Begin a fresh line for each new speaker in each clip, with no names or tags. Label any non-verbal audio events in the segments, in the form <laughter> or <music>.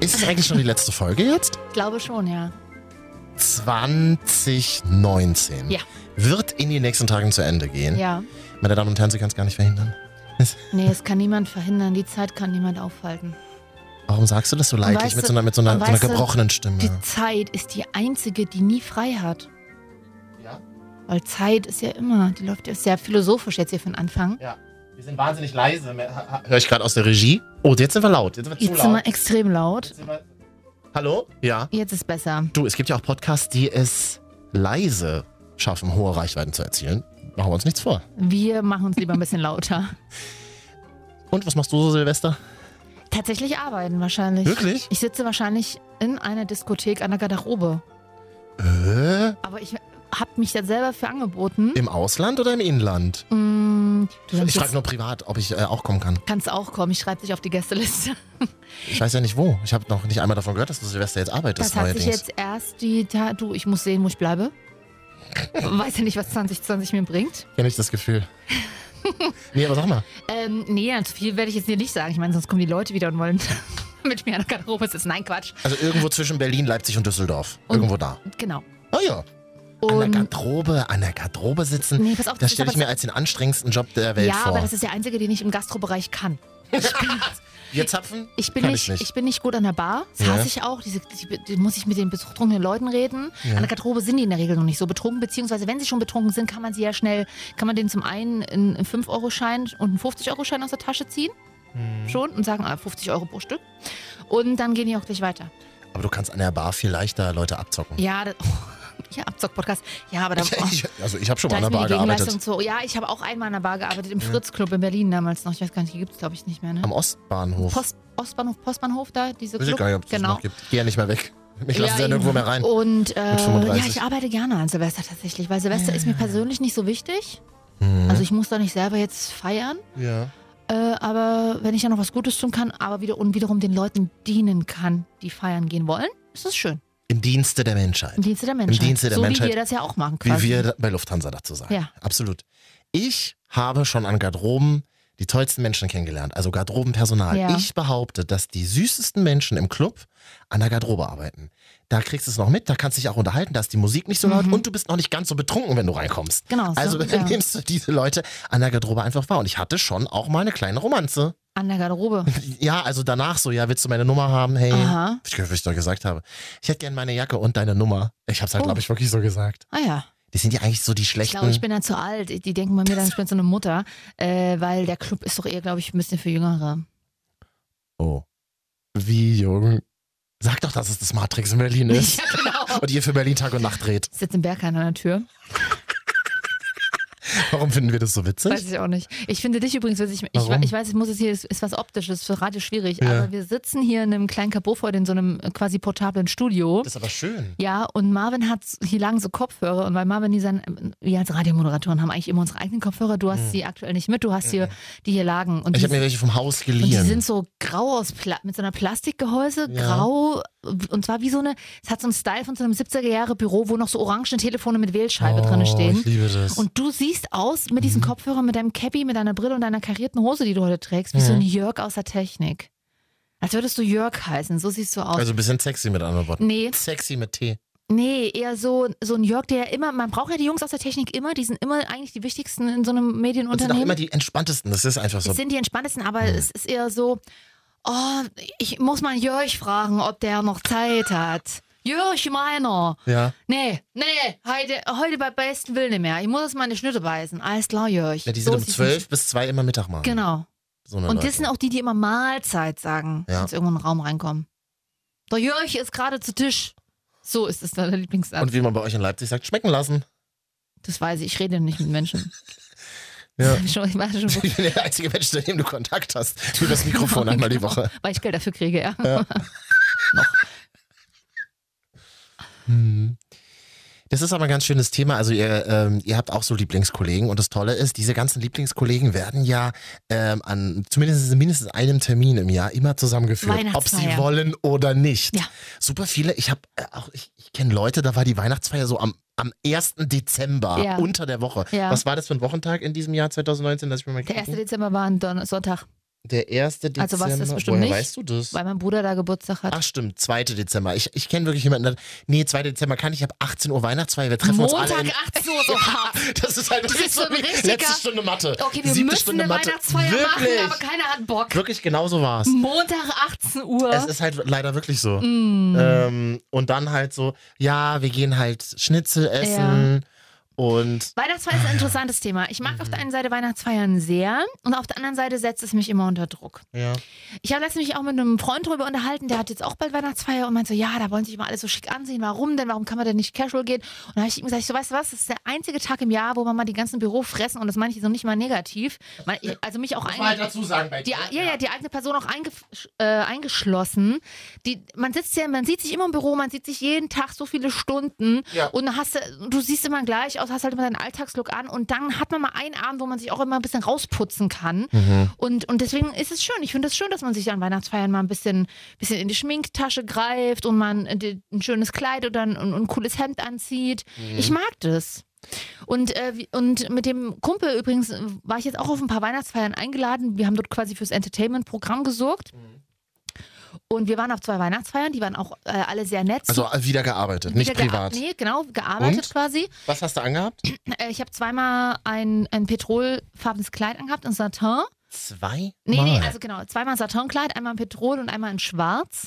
Ist es eigentlich schon die letzte Folge jetzt?
Ich glaube schon, ja.
2019.
Ja.
Wird in den nächsten Tagen zu Ende gehen.
Ja.
Meine Damen und Herren, Sie können es gar nicht verhindern.
Nee, es kann niemand verhindern. Die Zeit kann niemand aufhalten.
Warum sagst du das so leidlich
weißt
mit
du-
so einer, mit so einer,
und
so einer
weißt du,
gebrochenen Stimme?
Die Zeit ist die einzige, die nie frei hat.
Ja.
Weil Zeit ist ja immer, die läuft ja sehr philosophisch jetzt hier von Anfang.
Wir sind wahnsinnig leise. Hör ich gerade aus der Regie? Oh, jetzt sind wir laut. Jetzt sind wir zu
Jetzt sind wir
laut.
extrem laut.
Hallo? Ja.
Jetzt ist besser.
Du, es gibt ja auch Podcasts, die es leise schaffen, hohe Reichweiten zu erzielen. Machen wir uns nichts vor.
Wir machen uns lieber ein bisschen lauter.
Und was machst du so, Silvester?
<laughs> Tatsächlich arbeiten wahrscheinlich.
Wirklich?
Ich sitze wahrscheinlich in einer Diskothek an der Garderobe.
Äh,
Aber ich habe mich da selber für angeboten.
Im Ausland oder im Inland?
Mm, du
Ich
sagst,
frage nur privat, ob ich äh, auch kommen kann.
kannst auch kommen. Ich schreibe dich auf die Gästeliste.
Ich weiß ja nicht wo. Ich habe noch nicht einmal davon gehört, dass du Silvester jetzt
Das,
arbeitest
hat
neuerdings.
sich jetzt erst die. Ta du, ich muss sehen, wo ich
<laughs>
bleibe. Weiß ja nicht, was 2020 mir bringt.
Kenn ich das
<laughs>
Gefühl. nee, aber sag mal.
Ähm, nee, zu viel werde ich jetzt dir nicht sagen. Ich meine, sonst kommen die Leute wieder und wollen <laughs> mit mir an der Garderobe sitzen. Nein, Quatsch.
Also irgendwo zwischen Berlin, Leipzig und Düsseldorf.
Und-
irgendwo da.
Genau.
Ah ja. an
Und-
der Garderobe, an der Garderobe sitzen.
Nee, pass auf,
das
ist
stelle ich
aber-
mir als den anstrengendsten Job der Welt
Ja,
vor.
aber das ist der einzige, den ich im Gastrobereich kann.
Wir zapfen?
Ich bin,
kann
nicht,
ich nicht.
ich bin nicht gut an der Bar. Das
Ja.
hasse ich auch. Diese, die, die muss ich mit den betrunkenen Leuten reden. An der Garderobe sind die in der Regel noch nicht so betrunken. Beziehungsweise, wenn sie schon betrunken sind, kann man sie ja schnell, kann man denen zum einen einen 5-Euro-Schein und einen 50-Euro-Schein aus der Tasche ziehen.
Hm.
Schon und sagen, ah, 50 Euro pro Stück. Und dann gehen die auch gleich weiter.
aber du kannst an der Bar viel leichter Leute abzocken.
Ja, das, <laughs> ja Abzock-Podcast. Ja, aber da, oh,
<laughs> Ich, also ich habe schon
da
mal an
ist mir
der Bar
die Gegenleistung
gearbeitet.
zu. Ja, ich habe auch einmal an der Bar gearbeitet, im Fritz-Club in Berlin damals noch. Ich weiß gar nicht, die gibt es, glaube ich, nicht mehr. Ne?
Am Ostbahnhof.
Post, Ostbahnhof, Postbahnhof da, diese
Weiß ich
Club.
gar nicht, ob es das
genau.
noch gibt. Geh ja nicht mehr weg. Mich lassen sie ja
eben.
nirgendwo mehr rein.
Und äh,
Mit Äh. 35.
ja, ich arbeite gerne an Silvester tatsächlich, weil Silvester ist mir persönlich nicht so wichtig.
Mhm.
Also ich muss da nicht selber jetzt feiern,
Ja.
äh, aber wenn ich ja noch was Gutes tun kann, aber wieder und wiederum den Leuten dienen kann, die feiern gehen wollen, ist das schön.
Im Dienste der Menschheit.
Im Dienste der Menschheit.
Dienste der
so
Menschheit.
wie wir das ja auch machen
Wie
quasi.
wir bei Lufthansa dazu sagen.
Ja.
Absolut. Ich habe schon an Garderoben die tollsten Menschen kennengelernt, also Garderobenpersonal.
Ja.
Ich behaupte, dass die süßesten Menschen im Club an der Garderobe arbeiten. Da kriegst du es noch mit, da kannst du dich auch unterhalten, da ist die Musik nicht so laut und du bist noch nicht ganz so betrunken, wenn du reinkommst.
Mhm. Genau, so,
Also
ja.
nimmst du diese Leute an der Garderobe einfach wahr. Und ich hatte schon auch mal eine kleine Romanze. <laughs>
An der Garderobe.
Ja, also danach so, ja, willst du meine Nummer haben? Hey,
Aha.
ich glaube, ich da gesagt habe. Ich hätte gern meine Jacke und deine Nummer. Ich hab's halt,
Oh.
glaube ich, wirklich so gesagt.
Ah ja.
Das sind ja eigentlich so die
Ich
schlechten.
glaube, ich bin da zu alt. Die denken bei mir dann, ich bin so eine Mutter, äh, weil der Club ist doch eher, glaube ich, ein bisschen für Jüngere.
Oh. Wie jung? Sag doch, dass es das Matrix in Berlin
<laughs>
ist.
Ja, genau.
Und ihr für Berlin Tag und Nacht dreht.
Ich sitze im Berg an der Tür.
Warum finden wir das so witzig?
Weiß ich auch nicht. Ich finde dich übrigens witzig. Ich,
Warum?
ich weiß, ich muss es hier, es ist was Optisches, für Radio schwierig,
Ja.
aber wir sitzen hier in einem kleinen Kabuff heute in so einem äh, quasi portablen Studio.
Das ist aber schön.
ja, und Marvin hat s- hier lang so Kopfhörer und weil Marvin die sein, wir als Radiomoderatoren haben eigentlich immer unsere eigenen Kopfhörer, du hast sie aktuell nicht mit, du hast hier die hier lagen und
Mhm. Ich
die,
habe mir welche vom Haus
und die
geliehen.
sind so grau aus Pla mit so einer Plastikgehäuse,
Ja.
grau und zwar wie so eine, es hat so einen Style von so einem 70er Jahre Büro, wo noch so orangene Telefone mit
Oh,
Wählscheibe drinne stehen.
Ich liebe das.
Und du siehst aus mit
Mhm.
diesen Kopfhörern, mit deinem Cappy, mit deiner Brille und deiner karierten Hose, die du heute trägst, wie so ein Jörg aus der Technik. Als würdest du Jörg heißen, so siehst du aus.
also ein bisschen sexy mit anderen Worten.
nee,
Sexy mit T.
nee, eher so, so ein Jörg, der ja immer, man braucht ja die Jungs aus der Technik immer, die sind immer eigentlich die wichtigsten in so einem
Und sind auch
Medienunternehmen.
immer die entspanntesten. Das ist einfach so.
Es sind die entspanntesten, aber es ist eher so, oh, ich muss mal Jörg fragen, ob der noch Zeit hat. Jörg Meiner.
Ja.
Nee, nee, heute, heute bei besten Willen nicht mehr. Ich muss meine Schnitte beißen. Alles klar, Jörg.
ja die
So
sind um
sieht's
12 bis 2 immer Mittag machen.
Genau.
So eine
Und
Leute.
das sind auch die, die immer Mahlzeit sagen,
Ja.
wenn sie irgendwo in den Raum reinkommen. Der Jörg ist gerade zu Tisch. So ist es da der Lieblingssatz.
Und wie man bei euch in Leipzig sagt, schmecken lassen.
das weiß ich, ich rede nicht mit Menschen.
<laughs> Ja.
Ich <laughs> schon- ich war schon
Ich bin der einzige Mensch, zu dem du Kontakt hast. Für
<laughs>
das Mikrofon einmal die Woche.
weil ich Geld dafür kriege, ja.
Hm. Das ist aber ein ganz schönes Thema. Also ihr, ähm, ihr habt auch so Lieblingskollegen und das Tolle ist, diese ganzen Lieblingskollegen werden ja ähm, an zumindest mindestens einem Termin im Jahr immer zusammengeführt, ob sie
Weihnachtsfeier.
wollen oder nicht.
Ja.
Super viele. Ich habe äh, auch, ich, ich kenne Leute, da war die Weihnachtsfeier so am am 1. Dezember
Ja.
unter der Woche.
Ja.
Was war das für ein Wochentag in diesem Jahr 2019? Lass ich mir mal
Der 1.
<laughs> gucken.
Dezember war ein Donner Sonntag,
Der 1. Dezember.
Also was, das bestimmt
Woher
nicht,
weißt du das?
weil mein Bruder da Geburtstag hat.
Ach stimmt, 2. Dezember. Ich, ich kenne wirklich jemanden, der, nee, 2. Dezember kann ich, ich habe 18 Uhr Weihnachtsfeier, wir treffen uns alle
Montag
in,
18 Uhr, so hart.
Das ist halt
Das
wirklich
ist so ein
wie
richtiger-
letzte Stunde Mathe.
Okay, wir
Siebte
müssen
Stunde
eine
Mathe.
Weihnachtsfeier
wirklich,
machen, aber Hm, keiner hat Bock.
Wirklich, genau so war's.
Montag 18 Uhr.
Es ist halt leider wirklich so.
Mm.
Ähm, und dann halt so, ja, wir gehen halt Schnitzel essen und
Weihnachtsfeier ist ein interessantes Thema. Ich mag auf der einen Seite Weihnachtsfeiern sehr und auf der anderen Seite setzt es mich immer unter Druck.
ja.
Ich habe letztens mich auch mit einem Freund drüber unterhalten, der hat jetzt auch bald Weihnachtsfeier und meinte so, ja, da wollen sich immer alle so schick ansehen. Warum denn? Warum kann man denn nicht casual gehen? Und da habe ich ihm gesagt, ich so, weißt du was, das ist der einzige Tag im Jahr, wo man mal die ganzen Büro fressen und das meine ich so nicht mal negativ. Man- ich- Also mich auch
Mal
eigentlich...
halt dazu sagen bei
Die,
dir.
ja, ja, die eigene Person auch einge, äh, eingeschlossen. Die, man sitzt ja, man sieht sich immer im Büro, man sieht sich jeden Tag so viele Stunden
Ja.
und hast, äh, du siehst immer gleich aus, hast halt immer deinen Alltagslook an und dann hat man mal einen Abend, wo man sich auch immer ein bisschen rausputzen kann. Und, und deswegen ist es schön. Ich finde es das schön, dass man sich an Weihnachtsfeiern mal ein bisschen, bisschen in die Schminktasche greift und man äh, die- ein schönes Kleid oder ein, ein cooles Hemd anzieht. Ich mag das. Und, äh, wie- und mit dem Kumpel übrigens äh, war ich jetzt auch auf ein paar Weihnachtsfeiern eingeladen. Wir haben dort quasi fürs Entertainment-Programm gesorgt.
Mhm.
Und wir waren auf zwei Weihnachtsfeiern, die waren auch äh, alle sehr nett.
Also wieder gearbeitet, nicht
Wieder gea-
privat.
Nee, genau, gearbeitet
Und?
quasi.
Was hast du angehabt?
Äh, ich habe zweimal ein, ein petrolfarbenes Kleid angehabt, ein Satin.
Zwei?
Nee, nee, also genau, zweimal ein Satinkleid, einmal in Petrol und einmal in Schwarz.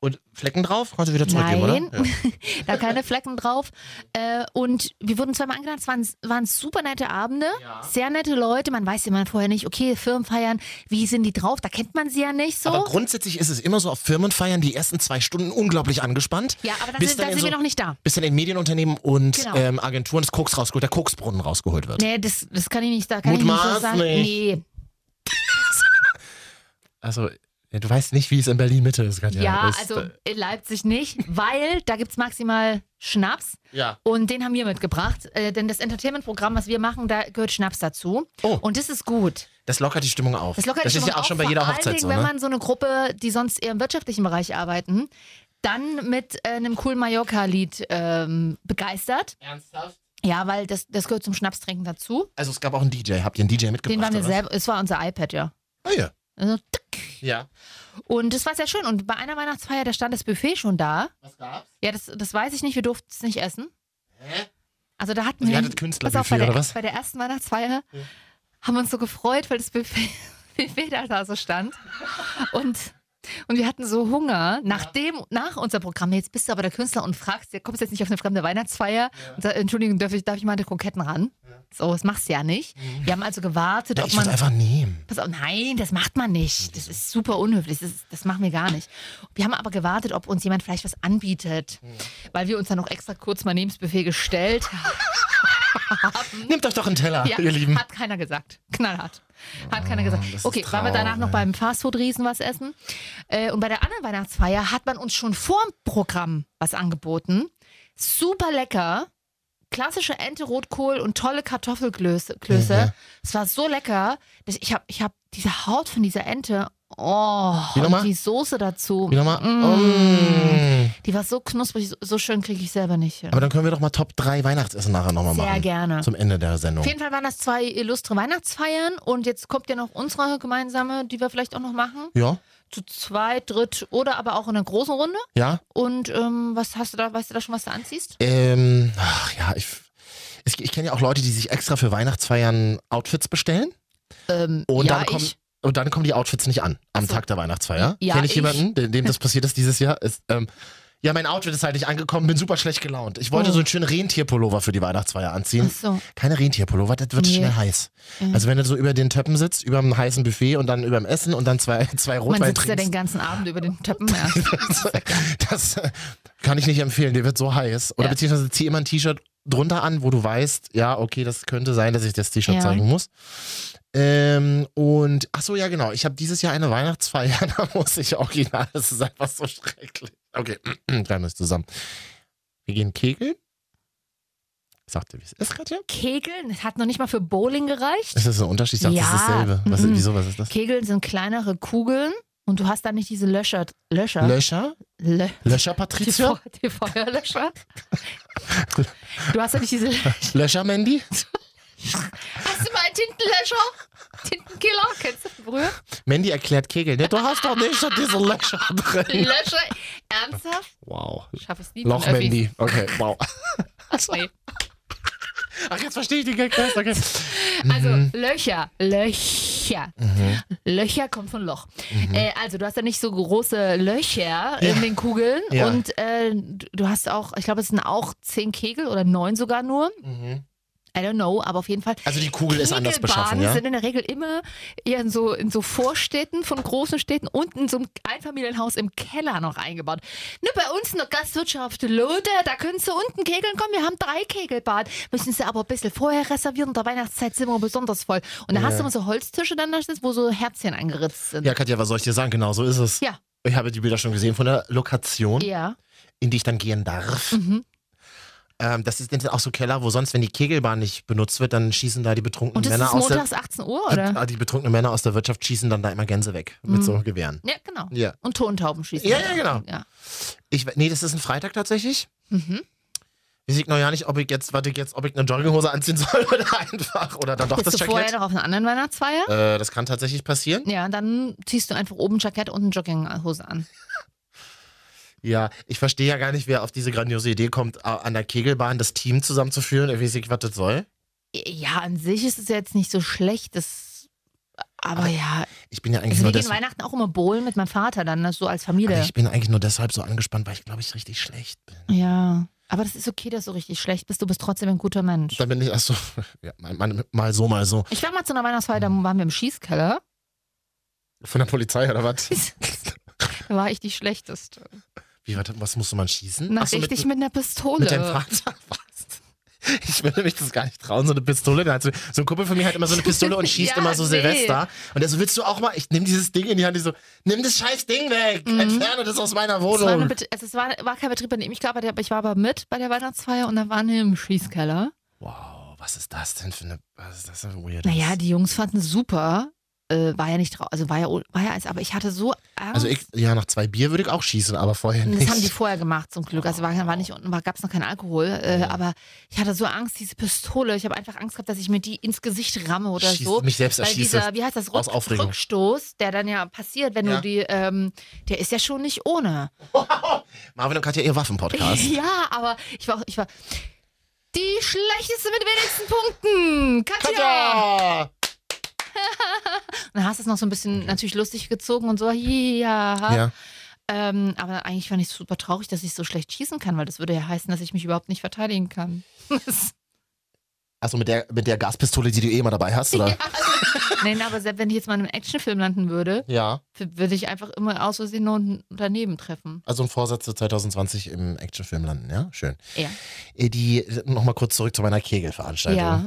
und Flecken drauf? Kannst du wieder zurückgeben,
Nein.
oder? Ja.
<laughs> da keine Flecken drauf. Äh, und wir wurden zweimal eingeladen. Es waren, waren super nette Abende, sehr nette Leute. Man weiß ja mal vorher nicht, okay, Firmenfeiern, wie sind die drauf? Da kennt man sie ja nicht so.
Aber grundsätzlich ist es immer so auf Firmenfeiern die ersten zwei Stunden unglaublich angespannt.
ja, aber da
Bis
sind,
dann
da
in
sind
so-
wir noch nicht da.
Bis dann in Medienunternehmen und
Genau.
ähm, Agenturen das Koks rausgeholt, der Koksbrunnen rausgeholt wird.
Nee, das, das kann ich nicht, da kann ich nicht so sagen.
Mutmaßlich.
Nee.
Also, ja, du weißt nicht, wie es in Berlin Mitte ist, äh, Katja.
Ja,
Das-
also in Leipzig nicht, weil da gibt es maximal Schnaps.
Ja.
Und den haben wir mitgebracht. Äh, denn das Entertainment-Programm, was wir machen, da gehört Schnaps dazu.
Oh.
Und das ist gut.
Das lockert die Stimmung auf.
Das lockert
das
die
ist ja
Stimmung
auch schon
auf,
bei jeder
vor allen
Hochzeit
Dingen,
so,
wenn
ne?
man so eine Gruppe, die sonst eher im wirtschaftlichen Bereich arbeiten, dann mit äh, einem coolen Mallorca-Lied ähm, begeistert.
Ernsthaft?
Ja, weil das, das gehört zum Schnapstrinken dazu.
Also es gab auch einen DJ. Habt ihr einen DJ mitgebracht?
Den waren wir
oder?
selber, es war unser iPad, ja.
Ah, ja.
Also, tick.
ja.
Und das war sehr schön. Und bei einer Weihnachtsfeier, da stand das Buffet schon da.
Was gab's?
Ja, das, das weiß ich nicht, wir durften es nicht essen.
Hä?
Also da hatten
Also ihr
wir.
hattet Künstlerbuffet,
Pass auf, bei der,
oder was?
Bei der ersten Weihnachtsfeier haben wir uns so gefreut, weil das Buffet, <laughs> Buffet da, da so stand. Und, und wir hatten so Hunger. Nachdem, nach unserem Programm, jetzt bist du aber der Künstler und fragst, du kommst jetzt nicht auf eine fremde Weihnachtsfeier. Und sag, Entschuldigung, darf ich, darf ich mal an die Kroketten ran? So, das machst du ja nicht. Wir haben also gewartet,
Ja,
ob
Mhm. ich würde
man.
einfach nehmen.
Pass auf, nein, das macht man nicht. Das ist super unhöflich. Das, ist, das machen wir gar nicht. Wir haben aber gewartet, ob uns jemand vielleicht was anbietet, weil wir uns dann noch extra kurz mal neben das Buffet gestellt
Nehmt euch doch einen Teller,
Hm? ja,
ihr Lieben. Ah,
Hat keiner gesagt. Knallhart. Hat keiner gesagt.
das ist
Okay, waren wir
traurig.
danach noch beim Fastfood-Riesen was essen. Äh, und bei der anderen Weihnachtsfeier hat man uns schon vorm Programm was angeboten. Super lecker. Klassische Ente, Rotkohl und tolle Kartoffelklöße. Klöße.
Ja, ja.
Es war so lecker, dass ich habe ich hab diese Haut von dieser Ente. Oh,
Wie nochmal?
und die Soße dazu.
Wie nochmal?
Mm.
Mm.
Die war so knusprig, so, so schön kriege ich selber nicht hin.
Aber dann können wir doch mal Top 3 Weihnachtsessen nachher nochmal machen.
Sehr gerne.
Zum Ende der
Auf
Sendung.
jeden Fall waren das zwei illustre Weihnachtsfeiern und jetzt kommt ja noch unsere gemeinsame, die wir vielleicht auch noch machen.
Ja?
Zu zweit, dritt oder aber auch in einer großen Runde.
Ja?
Und ähm, was hast du da, weißt du da schon, was du anziehst?
Ähm, ach ja, ich, es, ich kenne ja auch Leute, die sich extra für Weihnachtsfeiern Outfits bestellen
Ähm,
und,
ja,
dann, kommen,
ich.
und dann kommen die Outfits nicht an am
Ach so.
Tag der Weihnachtsfeier.
Ja,
kenne ich,
ich.
jemanden, dem, dem
<laughs>
das passiert ist dieses Jahr? Ist, ähm, ja, mein Outfit ist halt nicht angekommen, bin super schlecht gelaunt. Ich wollte
Oh.
so einen schönen Rentierpullover für die Weihnachtsfeier
Ach
anziehen.
so.
Keine Rentierpullover, das wird
Nee.
schnell heiß.
Ja.
Also wenn du so über den Töppen sitzt, über einem heißen Buffet und dann über dem Essen und dann zwei, <laughs> zwei
Man
Rotwein
sitzt ja
trinkst.
den ganzen Abend über den Töppen.
<laughs>
Ja.
das äh, kann ich nicht empfehlen, der wird so heiß. Oder
Ja.
beziehungsweise zieh immer ein T-Shirt drunter an, wo du weißt, ja, okay, das könnte sein, dass ich das T-Shirt
Ja.
zeigen muss. Ähm, und, ach so, ja, genau. Ich habe dieses Jahr eine Weihnachtsfeier, <laughs> da muss ich original. Das ist einfach so schrecklich. Okay, <clears throat> bleiben wir zusammen. Wir gehen kegeln. Ich sagte, wie es ist, Katja?
Kegeln, das hat noch nicht mal für Bowling gereicht.
Ist das so ein Unterschied? Ich dachte, das ist
Ja,
dasselbe. Was,
mhm.
Wieso, was ist das?
Kegeln sind kleinere Kugeln und du hast da nicht diese Löcher. Löcher?
Löcher?
Lö
Löcher,
die,
Patricia?
Feu die
<laughs>
Feuerlöcher. du hast ja nicht diese Löcher.
Löcher, Mandy?
Hast du mal einen Tintenlöcher? Tintenkiller? Kennst du das früher?
Mandy erklärt Kegeln. Ja, du hast doch nicht schon diese Löcher drin.
Löcher? Ernsthaft?
Wow.
Schaff es nie.
Loch
zum Öffi.
Mandy. Okay,
<laughs>
wow.
Ach, nee.
Ach, jetzt verstehe ich den Gag erst. Okay.
Also
Mhm.
Löcher, Löcher. Löcher kommt von Loch. Äh, also du hast ja nicht so große Löcher
Mhm. Ja.
in den Kugeln
Ja.
und äh, du du hast auch, ich glaube es sind auch zehn Kegel oder neun sogar nur.
Mhm.
I don't know, aber auf jeden Fall.
Also die Kugel ist anders
Kegelbahnen
beschaffen, ja?
sind in der Regel immer eher in so, in so Vorstädten von großen Städten und in so einem Einfamilienhaus im Keller noch eingebaut. Nur bei uns noch Gastwirtschaft Lode, da können sie unten kegeln kommen. Wir haben drei Kegelbahnen. Müssen sie aber ein bisschen vorher reservieren. In der Weihnachtszeit sind wir besonders voll. Und da hast du immer so Holztische dann, da sitzen, wo so Herzchen eingeritzt sind.
Ja, Katja, was soll ich dir sagen? Genau so ist es.
Ja.
Ich habe die Bilder schon gesehen von der Lokation,
Ja.
in die ich dann gehen darf.
Mhm.
Ähm, das ist dann auch so Keller, wo sonst, wenn die Kegelbahn nicht benutzt wird, dann schießen da die betrunkenen
Und das
Männer
ist
aus der ah,
montags 18 Uhr, oder? Mhm.
die, die betrunkenen Männer aus der Wirtschaft schießen dann da immer Gänse weg mit so Gewehren.
Ja, genau.
Ja.
Und Tontauben schießen.
Ja, ja, genau.
Ja.
Ich, we- nee, das ist ein Freitag tatsächlich.
Mhm.
Ich sehe noch ja nicht, ob ich jetzt, warte ich jetzt, ob ich eine Jogginghose anziehen <laughs> soll oder einfach oder dann doch
Bist
das
du vorher
Jackett.
noch auf einer anderen Weihnachtsfeier?
Äh, das kann tatsächlich passieren.
Ja, dann ziehst du einfach oben ein Jackett und eine Jogginghose an.
Ja, ich verstehe ja gar nicht, wer auf diese grandiose Idee kommt, a- an der Kegelbahn das Team zusammenzuführen. Ich weiß nicht, was das soll.
Ja, an sich ist es ja jetzt nicht so schlecht. Das, aber ja,
Ich bin ja eigentlich
also
nur
wir gehen
deshalb,
Weihnachten auch immer bowlen mit meinem Vater dann, ne, so als
aber
Familie.
ich bin eigentlich nur deshalb so angespannt, weil ich glaube ich richtig schlecht bin.
ja, aber das ist okay, dass du richtig schlecht bist. Du bist trotzdem ein guter Mensch.
Dann bin ich erst so, <laughs> ja, mal, mal, mal so, mal so.
Ich war mal zu einer Weihnachtsfeier, da waren wir im
<laughs>
Schießkeller.
Von der Polizei oder was?
<laughs> Da war ich die Schlechteste.
Wie, warte, was musste man schießen?
Na,
Ach so, mit-
richtig mit, einer Pistole.
Mit deinem Vater warst. Ich würde mich das gar nicht trauen, so eine Pistole. da hat So so ein Kumpel von mir hat immer so eine Pistole und schießt
<laughs> Ja,
immer so
nee.
Silvester. Und der so, willst du auch mal? Ich nehme dieses Ding in die Hand, die so, nimm das scheiß Ding weg, entferne das aus meiner
Es, Mhm. war, eine,
Wohnung.
Bet- also es war, war kein Betrieb, an dem ich gearbeitet habe. Ich war aber mit bei der Weihnachtsfeier und da waren wir im Schießkeller.
Wow, was ist das denn für eine, was ist das denn für weird?
Naja, die Jungs fanden es super. Äh, war ja nicht drauf, also war ja, war ja Eis, aber ich hatte so Angst.
also ich, ja, nach zwei Bier würde ich auch schießen, aber vorher
Und
nicht.
Das haben die vorher gemacht, zum Glück. Also war, war nicht unten, war, gab's noch keinen Alkohol. Äh, aber ich hatte so Angst, diese Pistole. Ich habe einfach Angst gehabt, dass ich mir die ins Gesicht ramme oder
Schieß-
so.
mich selbst
Weil
erschieße.
dieser, wie heißt das,
Aus
Rück,
Aufregung.
Rückstoß, der dann ja passiert, wenn
Ja.
du die, ähm, der ist ja schon nicht ohne.
Marvin und Katja, ihr Waffenpodcast.
<laughs> Ja, aber ich war, ich war die schlechteste mit wenigsten Punkten. Katja!
Katja!
Dann hast du es noch so ein bisschen natürlich lustig gezogen und so, ja.
Mhm. Ja.
Ähm, aber eigentlich fand ich es super traurig, dass ich so schlecht schießen kann, weil das würde ja heißen, dass ich mich überhaupt nicht verteidigen kann.
Also mit der, mit der Gaspistole, die du eh immer dabei hast, oder?
<laughs> Nein, aber selbst wenn ich jetzt mal in einem Actionfilm landen würde,
ja.
würde ich einfach immer aus Versehen nur ein- daneben treffen.
Also ein Vorsatz für 2020 im Actionfilm landen, ja? Schön.
Ja.
Äh, Die, nochmal kurz zurück zu meiner Kegelveranstaltung.
Ja.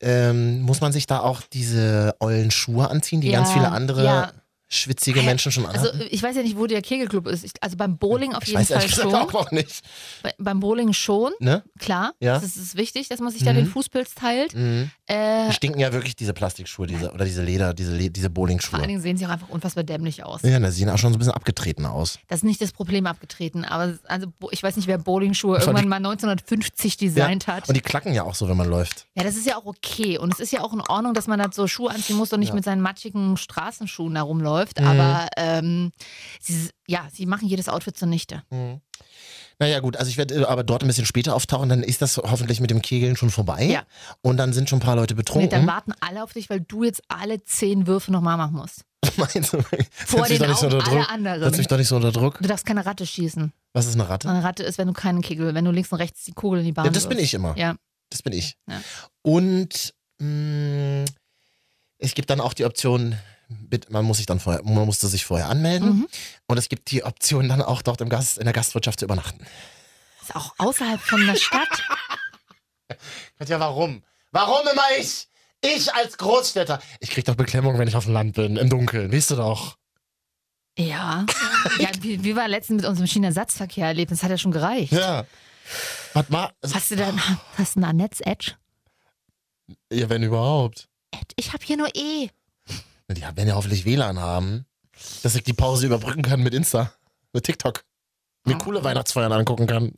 Ähm, muss man sich da auch diese ollen Schuhe anziehen, die
Ja,
ganz viele andere
ja.
schwitzige
Ah ja,
Menschen schon
Also
anhaben?
ich weiß ja nicht, wo der Kegelclub ist. Ich, also beim Bowling auf
ich
jeden
weiß
Fall
ehrlich gesagt
schon.
auch noch nicht.
Bei, beim Bowling schon,
Ne?
klar.
Ja.
Es ist, es ist wichtig, dass man sich da
Mhm.
den Fußpilz teilt.
Mhm.
Äh,
Die stinken ja wirklich diese Plastikschuhe, diese, oder diese Leder, diese, Le
vor
diese
allen
Bowlingschuhe.
Dingen sehen sie auch einfach unfassbar dämlich aus.
Ja, da sehen auch schon so ein bisschen abgetreten aus.
Das ist nicht das Problem abgetreten, aber also bo- ich weiß nicht, wer Bowlingschuhe
Das war die-
irgendwann mal 1950 designt hat.
Und die klacken ja auch so, wenn man läuft.
Ja, das ist ja auch okay. Und es ist ja auch in Ordnung, dass man da so Schuhe anziehen muss und nicht
Ja.
mit seinen matschigen Straßenschuhen da rumläuft.
Mhm.
Aber ähm, sie, ja, sie machen jedes Outfit zunichte.
Mhm. Naja, gut, also ich werde äh, aber dort ein bisschen später auftauchen, dann ist das hoffentlich mit dem Kegeln schon vorbei.
Ja.
Und dann sind schon ein paar Leute
Nee, dann
betrunken. <laughs>
warten alle auf dich, weil du jetzt alle zehn Würfe nochmal machen musst.
Meinst du,
Vor
setz
den
mich doch
Augen
nicht so unter
aller
Druck. Setz mich
anderen.
doch nicht so unter Druck.
Du darfst keine Ratte schießen.
Was ist eine Ratte?
Eine Ratte ist, wenn du keinen Kegel, wenn du links und rechts die Kugel in die Bahn
Ja, das bin
wirfst.
ich immer.
Ah, Ja.
Das bin ich.
Ja.
Und mh, es gibt dann auch die Option, mit- man muss sich dann vorher, man musste sich vorher anmelden.
Mhm.
Und es gibt die Option, dann auch dort im Gast, in der Gastwirtschaft zu übernachten.
Ist auch außerhalb von der Stadt. <laughs>
Katja, warum? Warum immer ich? Ich als Großstädter. Ich krieg doch Beklemmung, wenn ich auf dem Land bin, im Dunkeln. Siehst du doch.
Ja. ja wie, wie war letztens mit unserem Schienenersatzverkehr erlebt? Das hat ja schon gereicht.
Ja. Warte mal.
Hast du da, hast du da Netz-Edge?
Ja, wenn überhaupt.
Edge? Ich habe hier nur E.
Na, Die werden ja hoffentlich WLAN haben, dass ich die Pause überbrücken kann mit Insta, mit TikTok. Mir coole Weihnachtsfeiern angucken kann.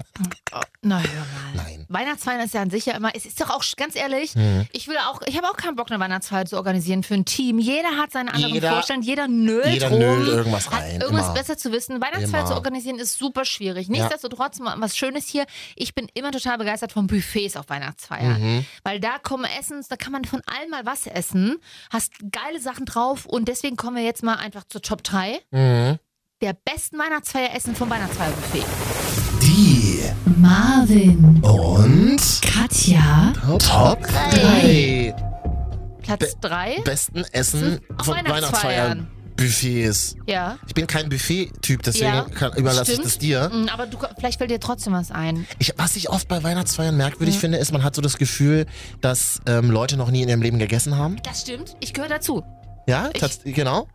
Na, hör mal.
Nein.
Weihnachtsfeiern ist ja an sich ja immer, es ist doch auch sch- ganz ehrlich,
Hm.
ich will auch, ich habe auch keinen Bock, eine Weihnachtsfeier zu organisieren für ein Team. Jeder hat seine anderen
Jeder-
Vorstellungen, jeder nölt
Jeder
rum.
nölt irgendwas
Hat
rein.
irgendwas
immer.
besser zu wissen. Weihnachtsfeier
Immer.
zu organisieren ist super schwierig. Nichtsdestotrotz, mal was Schönes hier. Ich bin immer total begeistert von Buffets auf Weihnachtsfeiern.
Mhm.
Weil da kommen Essens, da kann man von allem mal was essen, hast geile Sachen drauf und deswegen kommen wir jetzt mal einfach zur Top 3
Mhm.
der besten Weihnachtsfeieressen vom Weihnachtsfeierbuffet.
Die
Marvin,
und
Katja,
Top 3
Platz 3?
besten Essen
Auf
von
Weihnachtsfeiern.
Weihnachtsfeiern. Buffets.
Ja.
Ich bin kein Buffet-Typ, deswegen
Ja,
kann, überlasse ich
stimmt.
das dir.
Mm, Aber du, vielleicht fällt dir trotzdem was ein.
Ich, was ich oft bei Weihnachtsfeiern merkwürdig finde, ist, man hat so das Gefühl, dass ähm, Leute noch nie in ihrem Leben gegessen haben.
Das stimmt, ich gehöre dazu.
Ja,
Ich-
tats- genau.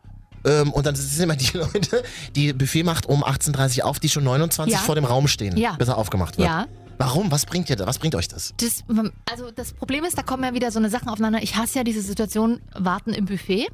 Ähm, und dann sind immer die <laughs> Leute, die Buffet macht um 18.30 Uhr auf, die schon 29
Ja.
vor dem Raum stehen,
Ja.
bis er aufgemacht wird.
Ja.
Warum? Was bringt ihr da? Was bringt euch das?
Das, also das Problem ist, da kommen ja wieder so eine Sachen aufeinander. Ich hasse ja diese Situation, warten im Buffet.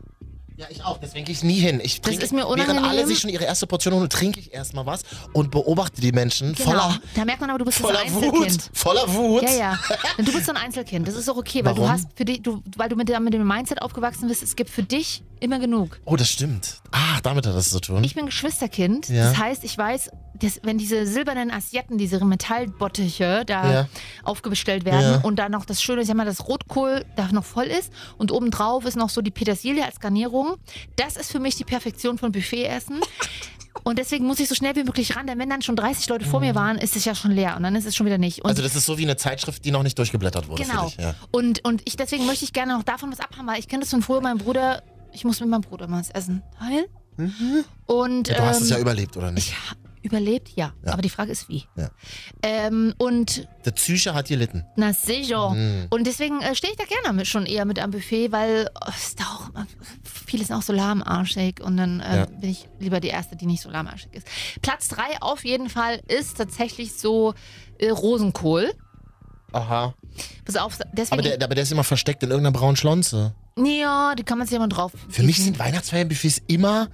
Ja, ich auch. Deswegen gehe ich nie hin. Ich
Das
trinke-
ist mir
Während alle
unangenehm.
sich schon ihre erste Portion holen, trinke ich erstmal was und beobachte die Menschen voller,
Da merkt man aber, du bist so ein
voller
Genau. Einzelkind.
Wut. Voller Wut.
Ja,
<laughs>
ja. Und Du bist so ein Einzelkind. Das ist auch okay, weil
Warum?
du hast für dich, du, weil du mit, der- mit dem Mindset aufgewachsen bist, es gibt für dich immer genug.
Oh, das stimmt. Ah, damit hat das zu tun.
Ich bin Geschwisterkind.
Ja.
Das heißt, ich weiß, dass, wenn diese silbernen Assietten, diese Metallbottiche da
Ja.
aufgestellt werden
Ja.
und da noch das Schöne ist ja mal, dass Rotkohl da noch voll ist und obendrauf ist noch so die Petersilie als Garnierung. Das ist für mich die Perfektion von
<laughs>
Buffetessen. Und deswegen muss ich so schnell wie möglich ran, denn wenn dann schon 30 Leute vor mir waren, ist es ja schon leer und dann ist es schon wieder nicht. Und
Mhm. also das ist so wie eine Zeitschrift, die noch nicht durchgeblättert wurde
Genau.
für dich. Ja.
Und, und ich deswegen möchte ich gerne noch davon was abhaben, weil ich kenne das von früher, mein Bruder, ich muss mit meinem Bruder mal was essen. Weil? Und
Du hast
ähm,
es Mhm. ja überlebt, oder nicht?
ich ha- überlebt, ja.
Ja.
Aber die Frage ist wie.
Ja.
Ähm, und
Der Psyche hat gelitten.
na sicher.
Mhm.
Und deswegen äh, stehe ich da gerne mit, schon eher mit am Buffet, weil oh, ist da auch immer, viele sind auch so lahmarschig und dann äh,
Ja.
bin ich lieber die erste, die nicht so lahmarschig ist. Platz 3 auf jeden Fall ist tatsächlich so äh, Rosenkohl.
Aha.
Pass auf, deswegen
Aber der, aber der ist immer versteckt in irgendeiner braunen Schlonze.
Ja, die kann man sich immer drauf.
Für mich sind Weihnachtsfeiernbuffets immer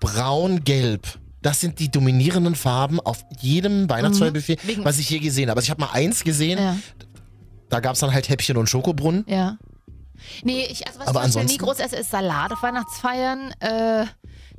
braun-gelb. Das sind die dominierenden Farben auf jedem Weihnachtsfeierbuffet,
Mhm. Wegen-
was ich hier gesehen habe. Also ich habe mal eins gesehen,
Ja,
da gab es dann halt Häppchen und Schokobrunnen.
ja. Nee, ich, also was
Aber
ich zum Beispiel nie
ansonsten-
groß esse, ist Salat auf Weihnachtsfeiern. Äh,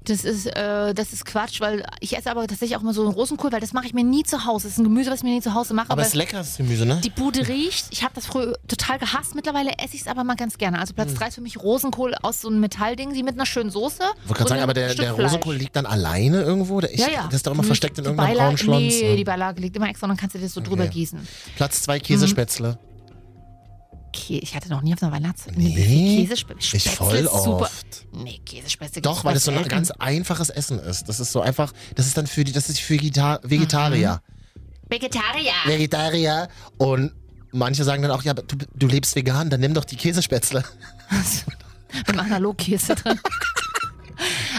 das ist, äh, das ist Quatsch, weil ich esse aber tatsächlich auch immer so einen Rosenkohl, weil das mache ich mir nie zu Hause. Das ist ein Gemüse, was ich mir nie zu Hause mache.
Aber
weil
es ist leckeres Gemüse, ne?
die Bude riecht. Ich habe das früher total gehasst. Mittlerweile esse ich es aber mal ganz gerne. Also Platz 3 ist für mich Rosenkohl aus so einem Metallding, sie mit einer schönen Soße.
Hm. Ich wollte gerade
und
sagen,
einem
aber der,
Stück
der
Fleisch.
Rosenkohl liegt dann alleine irgendwo. Der, ich,
ja, ja.
Der ist doch immer
Die-
versteckt in
die
irgendeiner braunen
Beilage-
Schlonze.
Nee, die Beilage liegt immer extra und dann kannst du das so drüber
Okay.
gießen.
Platz zwei Käsespätzle.
Mhm. Okay, ich hatte noch nie auf einer Weihnachtsfeier.
Nee,
Käsespätzle.
Ich voll
ist super.
oft.
Nee, Käsespätzle.
Doch, weil das so ein
<laughs>
ganz einfaches Essen ist. Das ist so einfach, das ist dann für die, das ist für Gita Vegetarier.
Mhm. Vegetarier.
Vegetarier. Und manche sagen dann auch, ja, aber du, du lebst vegan, dann nimm doch die Käsespätzle.
Mit Analogkäse
<laughs>
drin.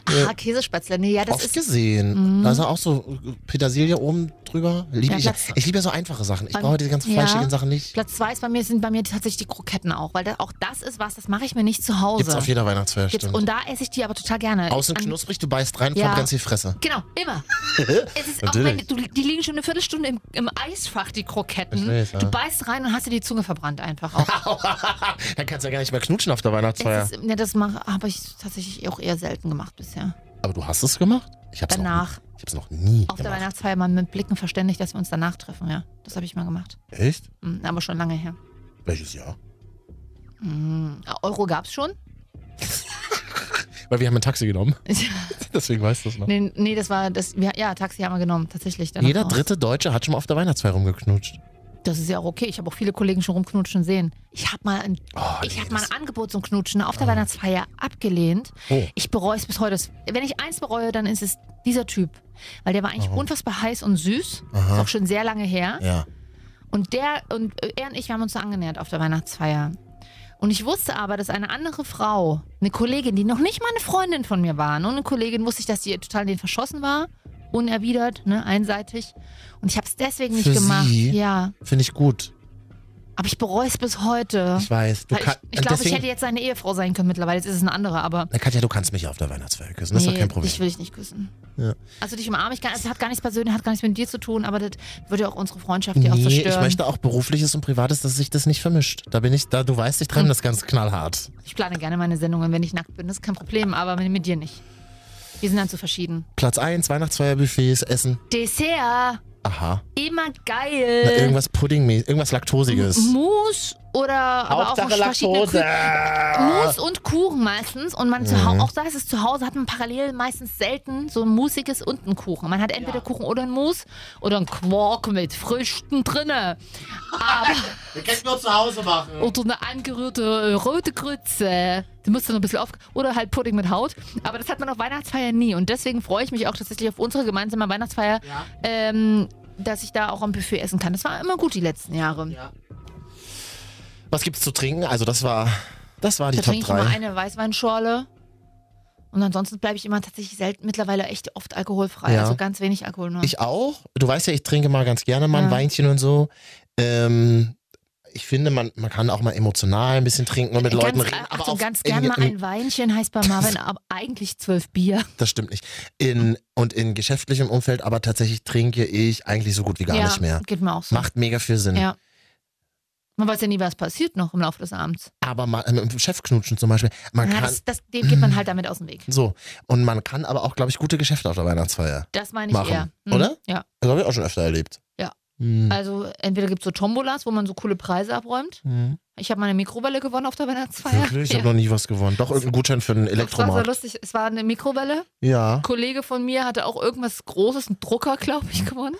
Aha, Käsespätzle. Nee, ja, <laughs> das
Oft
ist. Mhm.
gesehen. Da ist auch so Petersilie oben drüber. Lieb
Ja,
ich,
Platz-
ich liebe ja so einfache Sachen. Ich
Beim-
brauche diese ganzen
Ja.
fleischigen Sachen nicht.
Platz zwei ist bei mir, sind bei mir tatsächlich die Kroketten auch, weil da, auch das ist was, das mache ich mir nicht zu Hause.
Gibt's auf jeder Weihnachtsfeier,
Jetzt-
stimmt.
Und da esse ich die aber total gerne.
Außen
An-
knusprig, du beißt rein,
Ja.
kommt ganz viel Fresse.
Genau,
<laughs>
immer. es ist auch wenn,
Natürlich.
du, die liegen schon eine Viertelstunde im, im Eisfach, die Kroketten.
Ich weiß, ja.
Mhm. Du
<laughs>
beißt rein und hast dir die Zunge verbrannt einfach. Auch.
dann kannst du ja gar nicht mehr knutschen auf der Weihnachtsfeier.
Es ist, ja, das mache- habe ich tatsächlich auch eher selten gemacht bisher.
Aber du hast es gemacht? Ich hab's
Danach.
Noch, ich hab's noch nie
Auf der
gemacht.
Weihnachtsfeier mal mit Blicken verständigt, dass wir uns danach treffen, ja. Das habe ich mal gemacht.
Echt?
Mhm, Aber schon lange her.
Welches Jahr? Hm.
Mhm. Euro gab's
<laughs>
schon?
Weil wir haben ein Taxi genommen. <laughs> Deswegen weißt du es noch.
nee, nee, das war das. wir- Ja, Taxi haben wir genommen, tatsächlich. danach
Jeder
raus.
dritte Deutsche hat schon mal auf der Weihnachtsfeier rumgeknutscht.
Das ist ja auch okay. Ich habe auch viele Kollegen schon rumknutschen sehen. Ich habe mal, ein,
Oh,
ich
nee,
hab mal
das-
ein Angebot zum Knutschen auf der Weihnachtsfeier abgelehnt.
Oh.
Ich bereue es bis heute. Das- Wenn ich eins bereue, dann ist es dieser Typ. Weil der war eigentlich
Warum?
unfassbar heiß und süß.
Oh. Aha.
Ist auch schon sehr lange her.
Ja.
Und der und äh, er und ich, wir haben uns so angenähert auf der Weihnachtsfeier. Und ich wusste aber, dass eine andere Frau, eine Kollegin, die noch nicht mal eine Freundin von mir war, nur eine Kollegin, wusste ich, dass die total in den verschossen war, unerwidert, ne, einseitig. Und ich habe es deswegen nicht
Für
gemacht.
sie?
Ja,
Finde ich gut.
aber ich bereue es bis heute.
Ich weiß. Du
Weil
kann,
ich ich glaube, ich
deswegen,
hätte jetzt seine Ehefrau sein können mittlerweile. Jetzt ist es eine andere, aber.
Na, Katja, du kannst mich auf der Weihnachtsfeier küssen. Das ist doch kein Problem.
Ich will dich nicht küssen.
Ja.
Also dich umarme ich gar nicht. Es hat gar nichts persönlich, hat gar nichts mit dir zu tun, aber das würde ja auch unsere Freundschaft ja auch
nee,
zerstören.
ich möchte auch berufliches und privates, dass sich das nicht vermischt. Da bin ich, da du weißt, ich trenne
Hm.
das ganz knallhart.
Ich plane gerne meine Sendungen, wenn ich nackt bin. Das ist kein Problem, aber mit, mit dir nicht. Wir sind dann zu verschieden.
Platz 1, Weihnachtsfeierbuffets, Essen.
Dessert,
Aha.
immer
Na,
geil.
irgendwas Puddingmäßiges, irgendwas Laktosiges.
Mousse oder aber auch noch verschiedene Kü- Mousse und Kuchen meistens. Und man zu Hause, auch da ist es zu Hause, hat man parallel meistens selten so ein musiges und einen Kuchen. Man hat entweder Kuchen oder einen Mousse oder einen Quark mit Früchten drinne. Aber
<laughs> Wir können nur zu Hause machen.
Oder eine angerührte äh, rote Grütze. Die musst du noch ein bisschen auf. Oder halt Pudding mit Haut. Aber das hat man auf Weihnachtsfeiern nie. Und deswegen freue ich mich auch tatsächlich auf unsere gemeinsame Weihnachtsfeier, ähm, dass ich da auch am Buffet essen kann. Das war immer gut die letzten Jahre.
Was gibt's zu trinken? Also, das war, das war die
da
Top
trinke ich immer
3.
eine Weißweinschorle. Und ansonsten bleibe ich immer tatsächlich selten, mittlerweile echt oft alkoholfrei.
Ja.
Also ganz wenig Alkohol nur.
Ich auch. Du weißt ja, ich trinke mal ganz gerne mal ein
Ja.
Weinchen und so. Ähm, ich finde, man, man kann auch mal emotional ein bisschen trinken und mit
ganz,
Leuten reden.
Achtung,
auf-
ganz
in-
gerne mal
in-
ein Weinchen heißt bei Marvin, aber eigentlich zwölf Bier.
Das stimmt nicht. In, und in geschäftlichem Umfeld, aber tatsächlich trinke ich eigentlich so gut wie gar
ja,
nicht mehr.
Geht mir auch so.
Macht mega viel Sinn.
Ja. Man weiß ja nie, was passiert noch im Laufe des Abends.
Aber mal, mit dem Chef knutschen zum Beispiel. Man
Ja,
kann,
das, das, dem geht man halt damit aus dem Weg.
so. Und man kann aber auch, glaube ich, gute Geschäfte auf der Weihnachtsfeier.
Das meine ich
Machen,
eher. Hm.
oder?
Ja.
Das habe ich auch schon öfter erlebt.
Ja.
Hm.
Also entweder gibt es so Tombolas, wo man so coole Preise abräumt.
Hm.
Ich habe meine Mikrowelle gewonnen auf der Weihnachtsfeier.
Wirklich? Ich
Ja.
habe noch nie was gewonnen. Doch irgendein Gutschein für einen
Das war so
Elektromarkt.
lustig. Es war eine Mikrowelle.
Ja.
Ein Kollege von mir hatte auch irgendwas Großes, einen Drucker, glaube ich, gewonnen.